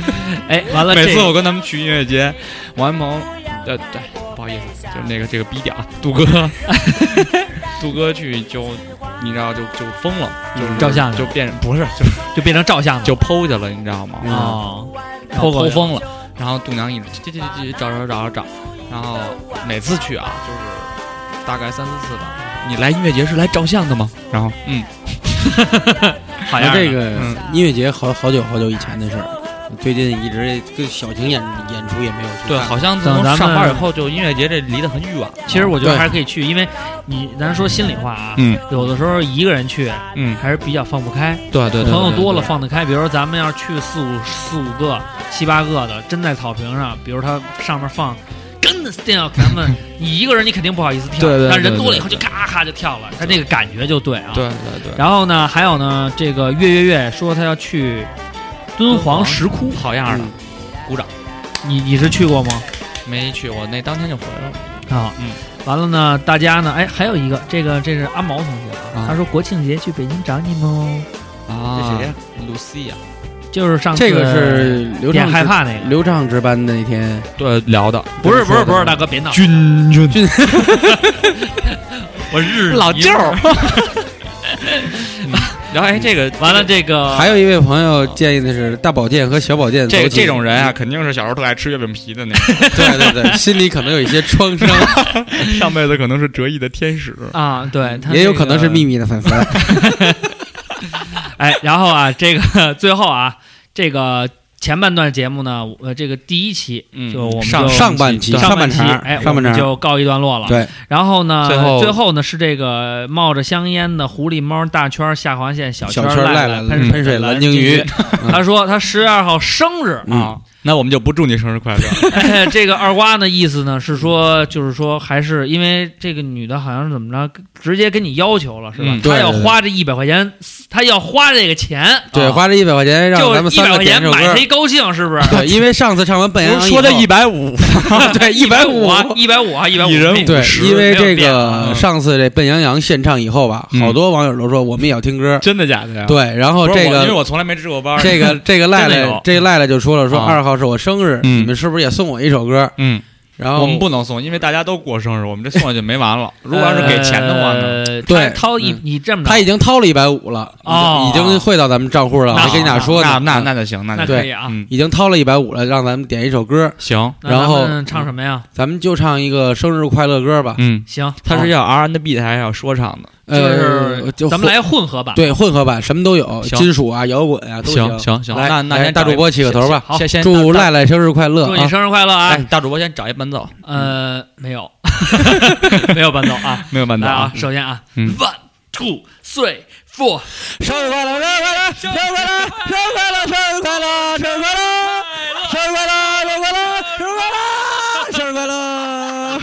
S1: 哎，完了，
S2: 每
S1: 这
S2: 次
S1: 个
S2: 我跟他们去音乐节，王一萌，对呃对，不好意思，就是那个这个逼屌 杜哥， 杜哥去就你知道就就疯了，就是
S1: 嗯照相去
S2: 就变不是就
S1: 就变成照相了
S2: 就剖去了，你知道吗？
S3: 嗯
S2: 啊
S1: 哦，
S2: 然后
S1: 过
S2: 剖
S1: 去了
S2: 疯了，然后度娘一直这这这啊找找找找找，然后每次去啊，就是大概三四次吧。你来音乐节是来照相的吗？然后嗯，
S1: 好
S3: 那
S1: 像
S3: 这个
S2: 嗯
S3: 音乐节好好久好久以前的事儿，最近一直跟小婷演演出也没有去看。
S2: 对，好像自
S1: 等
S2: 从
S1: 咱们
S2: 上班以后，就音乐节这离得很远了。
S1: 其实我觉得
S3: 对
S1: 还是可以去，因为你咱说心里话啊，
S2: 嗯
S1: 有的时候一个人去
S2: 嗯，
S1: 还是比较放不开，
S2: 对对对，
S1: 朋友
S2: 对
S1: 多了
S2: 对
S1: 放得开。比如说咱们要是去四五四五个、七八个的，真在草坪上，比如他上面放。跟着 style，咱们你一个人你肯定不好意思跳，
S2: 对对对
S1: 但人多了
S2: 对
S1: 以后就咔咔就跳了，他那个感觉就对啊。
S2: 对对对。
S1: 然后呢，还有呢，这个月月月说他要去敦煌石窟，
S2: 窟，好样的，
S3: 嗯
S1: 你你是去过吗？
S2: 没去，我那当天就回来了。
S1: 啊，
S2: 嗯，
S1: 完了呢，大家呢，哎，还有一个，这个这是阿毛同学啊
S2: 啊
S1: 他说国庆节去北京找你们哦，
S2: 啊，这谁呀？露西呀？
S1: 就是上次
S3: 这个是刘
S1: 点
S3: 畅
S1: 害
S3: 值
S1: 怕那个，
S3: 刘畅值班那天，
S2: 对，聊的
S1: 不是
S3: 这
S1: 不
S3: 么
S1: 是
S3: 说的
S1: 不是，大哥别闹，
S2: 君君
S1: 我日
S2: 老舅儿，嗯
S7: 然后哎，这个
S1: 完了，这个
S3: 还有一位朋友建议的是大保健和小保健都
S7: 这
S3: 请，
S7: 这种人啊，肯定是小时候特爱吃月饼皮的那种，
S3: 对对对，心里可能有一些创伤，
S2: 上辈子可能是折翼的天使。
S1: 啊，对，他
S3: 也有
S1: 这
S3: 可能是
S1: 个
S3: 秘密的反反。
S1: 哎，然后啊，这个最后啊，这个前半段节目呢，呃，这个第一期
S7: 嗯
S1: 就我们
S7: 上
S1: 就
S3: 上半期
S1: 上
S3: 半
S1: 期，
S3: 场，
S1: 哎，
S3: 上
S1: 我
S3: 半
S1: 们
S3: 场，
S1: 就告一段落了。
S3: 对，
S1: 然后呢，
S7: 最后
S1: 呢是这个冒着香烟的狐狸猫大圈儿下划线小
S3: 小
S1: 儿
S3: 圈儿
S1: 赖
S3: 赖了
S1: 喷
S3: 喷水蓝
S1: 蓝
S3: 鲸鱼
S1: 鱼，他说他十月二号生日。
S3: 嗯，
S2: 那我们就不祝你生日快乐。
S1: 哎 这个二瓜呢，意思呢是说，就是说，还是因为这个女的好像是怎么着，直接跟你要求了，是吧？
S7: 嗯
S1: 她
S3: 对
S1: 要
S3: 对对
S1: 花这一百块钱，她要花这个钱，
S3: 对，
S1: 啊
S3: 花这一百块钱让
S1: 就
S3: 咱们
S1: 一
S3: 三
S1: 百
S3: 个
S1: 块
S3: 点
S1: 钱
S3: 首
S1: 买
S3: 歌，
S1: 谁高兴是不是？
S3: 对，因为上次唱完《奔
S7: 不
S3: 羊
S7: 是说
S3: 羊》
S7: 的一
S3: 一
S7: 百五，
S3: 对一百五，
S1: 啊，一百五啊，一百五，
S2: 一人
S1: 没
S3: 对，因为
S1: 没有
S3: 这
S1: 变
S3: 个
S1: 嗯
S3: 上次这《奔羊羊》献唱以后吧，
S2: 嗯
S3: 好多网友都说我们也要听歌，
S2: 真的假的呀？哦
S3: 对，然后
S7: 不是
S3: 这
S7: 我因为
S3: 个。
S7: 我从来没支过班，
S3: 这 个这个赖
S7: 真的
S3: 赖
S7: 有
S3: 这个赖赖就说了，说
S2: 啊
S3: 二号是我生日，
S2: 嗯
S3: 你们是不是也送我一首歌？
S2: 嗯，
S3: 然后
S2: 我们不能送，因为大家都过生日，我们这送下去没完 了。如果要是给钱的话呢？
S1: 呃他
S3: 对
S1: 掏一
S3: 嗯
S1: 你这么着，
S3: 他已经掏了一百五了，
S1: 哦
S3: 已经已经汇到咱们账户了。
S1: 那
S3: 我跟你俩说嗯
S2: 那
S3: 呢，
S2: 那那就行，那
S1: 那
S2: 就
S1: 可
S3: 对
S1: 以啊。
S2: 嗯
S3: 已经掏了一百五了，让咱们点一首歌，
S2: 行，
S1: 那咱
S3: 然后
S1: 们唱什么呀？
S3: 咱们就唱一个生日快乐歌吧。
S2: 嗯，
S1: 行，
S7: 他是要 R&B 的还是要说唱的？
S1: 嗯就是
S3: 呃，就
S1: 咱们
S3: 混
S1: 来混合版。
S3: 对混合版，什么都有，
S2: 行
S3: 金属啊、摇滚啊都
S2: 行行行，
S3: 来
S2: 那那
S3: 来
S2: 先
S3: 大
S2: 找一
S3: 主播起个头吧
S2: 先先先
S3: 祝赖赖生日快乐
S1: 祝你
S3: 啊！
S1: 生日快乐
S7: 哎
S1: 啊！，
S7: 大主播先找一伴奏，
S1: 呃，没有， 没有伴奏啊。
S2: 没有办
S1: 来
S2: 法
S1: 啊
S2: 啊，，
S1: 首先啊
S2: 嗯
S1: ，one two three four，
S3: 生日快乐，生日快乐，生日快乐，生日快乐，生日快乐，生日快乐，生日快乐，生日快乐，生日快乐！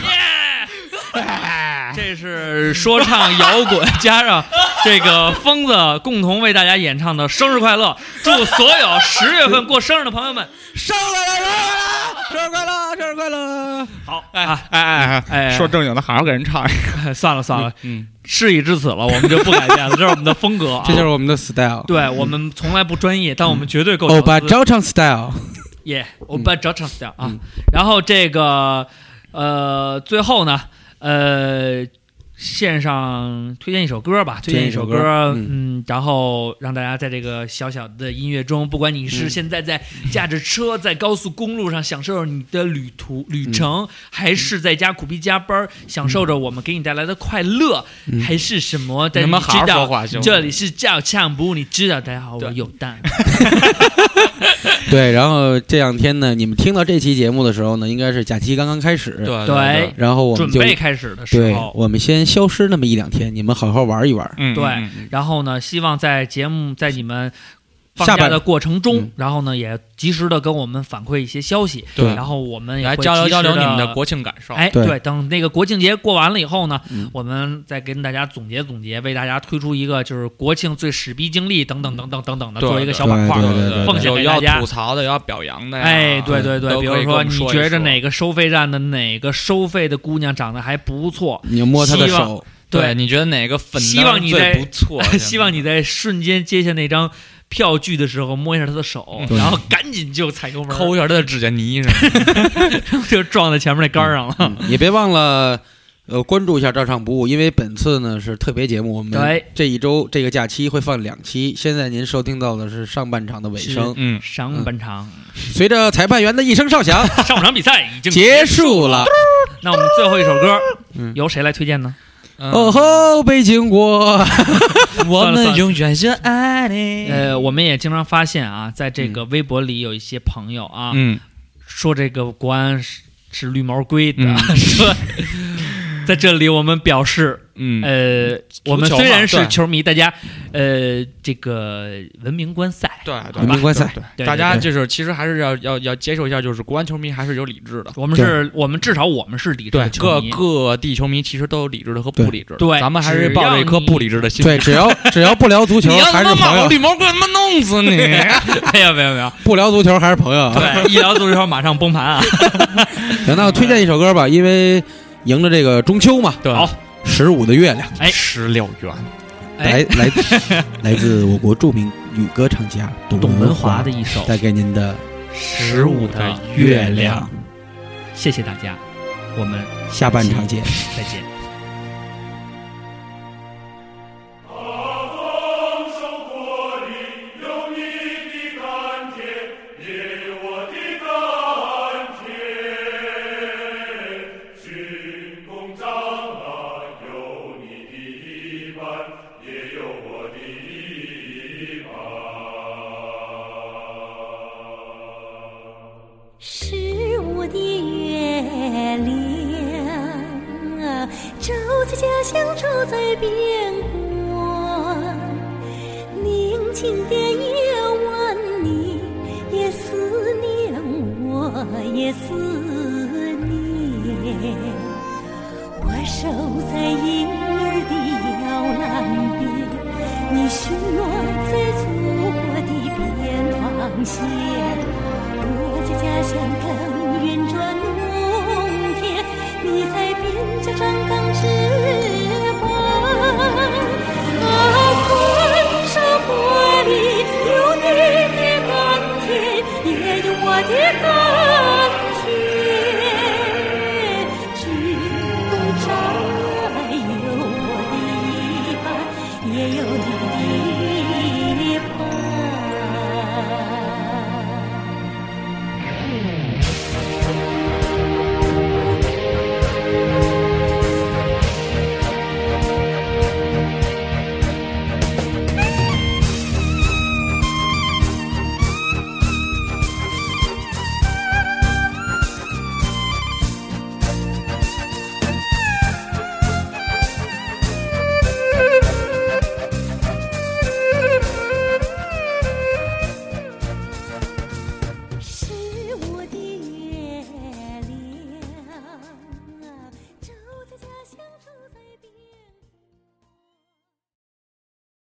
S1: 这是说唱摇滚加上这个疯子共同为大家演唱的生日快乐，祝所有十月份过生日的朋友们
S3: 生日快乐，生日快乐，生日快乐！
S1: 好啊！
S2: 哎哎
S1: 哎
S2: 说正经的，好好给人唱一个。
S1: 算了算了，
S2: 嗯，
S1: 事已至此了，我们就不改变了，这是我们的风格啊。
S3: 这就是我们的 style，
S1: 对我们从来不专业，但我们绝对够
S3: 欧巴
S1: 屌丝。
S3: 照唱 style。
S1: 耶，欧巴找场点啊。然后这个呃，最后呢，呃，献上推荐一首歌吧，推荐一首
S3: 推荐一首歌
S1: 嗯，然后让大家在这个小小的音乐中，不管你是现在在驾着车在高速公路上享受着你的旅途旅程，还是在家苦逼加班儿享受着我们给你带来的快乐，还是什么？但
S7: 你
S1: 你
S7: 们好好
S1: 知
S7: 说
S1: 道
S7: 话行吗
S1: 这里是照唱不误，你知道大家好，我有蛋。
S3: 对，然后这两天呢，你们听到这期节目的时候呢，应该是假期刚刚开
S2: 嗯
S3: 始。，
S7: 对
S1: 对，
S3: 然后我
S1: 准
S3: 们就
S1: 备开始的时
S3: 对
S1: 候，，
S3: 我们先消失那么一两天，你们好好玩一玩。
S2: 嗯，
S1: 对
S2: 嗯嗯
S1: 然后呢，希望在节目在你们放
S3: 下
S1: 假
S3: 半
S1: 的过程
S3: 嗯
S1: 中，然后呢也及时的跟我们反馈一些消息，
S3: 对
S1: 然后我
S2: 嗯
S1: 们也
S7: 来
S1: 会
S7: 交流
S1: 及时
S7: 交流
S1: 地
S7: 你们的国庆感受。
S1: 哎，
S3: 对
S1: 对，等那个国庆节过完了以后呢
S3: 嗯，
S1: 我们再跟大家总结总结，为大家推出一个就是国庆最屎逼经历等等等等等等的
S7: 对
S1: 做一个
S7: 对
S1: 小板块
S3: 对
S1: 儿。
S3: 对对
S1: 奉献
S7: 有
S1: 给
S7: 要
S1: 大家
S7: 吐槽的，有要表扬的呀。
S1: 哎，对对对，
S7: 都
S1: 比
S7: 可以
S1: 如
S7: 跟我们
S1: 你
S7: 说一
S1: 觉着
S7: 说
S1: 哪个收费站的哪个收费的姑娘长得还不错，
S3: 你摸他的
S1: 希望
S3: 手，
S7: 对，你觉得哪个粉的
S1: 希望你在？
S7: 最不错
S1: 希望你在瞬间接下那张票据的时候摸一下他的手，
S3: 对
S1: 然后赶紧就踩油门，
S7: 嗯抠一下他的指甲泥是吧？
S1: 就撞在前面那杆儿上了。
S3: 嗯也别忘了。呃，关注一下照唱不误，因为本次呢是特别节目，我们
S1: 对
S3: 这一周这个假期会放两期。现在您收听到的是上半场的尾声，
S2: 嗯，
S1: 上半场，
S3: 随着裁判员的一声哨响
S1: 上半场比赛已经
S3: 结。束了。
S1: 那我们最后一首歌
S3: 嗯
S1: 由谁来推荐呢？
S7: 嗯
S2: 嗯
S3: 哦吼，北京国，
S7: 我
S1: 算了算
S7: 们
S1: 了
S7: 永远深爱你。
S1: 呃，我们也经常发现啊，在这个微博里有一些朋友啊，
S2: 嗯，
S1: 说这个国安是是绿毛龟的，
S2: 嗯
S1: 说在这里我们表示
S2: 嗯，
S1: 呃，我们虽然是球迷，大家呃，这个文明观赛，
S7: 对对
S3: 文
S7: 吧
S3: 明观赛，
S1: 对
S7: 大家
S1: 对
S7: 就是其实还是要要要接受一下，就是国安球迷还是有理智的。
S1: 我们是我们至少我们是理智的球
S7: 各
S1: 迷，
S7: 各地球迷其实都有理智的和不理智的，
S1: 对对
S7: 咱们还是抱着一颗不理智的心。
S3: 对，只要只要不聊足球
S7: 你要
S3: 还
S7: 他妈
S3: 是朋
S7: 骂我
S3: 友，
S7: 绿毛龟，他妈弄死你！
S1: 没有没有没有，
S3: 不聊足球还是朋友啊。
S1: 对，医疗足球马上崩盘啊！
S3: 行，那我推荐一首歌吧，因为迎着这个中秋嘛，
S7: 对
S1: 好
S3: 十五的月亮，
S1: 哎
S7: 石榴园，
S1: 哎
S3: 来来 来自我国著名女歌唱家董
S1: 董文
S3: 文
S1: 华
S3: 华
S1: 的一首《
S3: 带给您的
S1: 十五的
S3: 月
S1: 亮
S3: 亮，》，
S1: 谢谢大家，我们
S3: 下半场见。
S1: 再见。
S6: 啊！
S8: 家乡住在边关，宁静的夜晚，你也思念，我也思念。我守在婴儿的摇篮边，你巡逻在祖国的边防线。我的家乡跟啊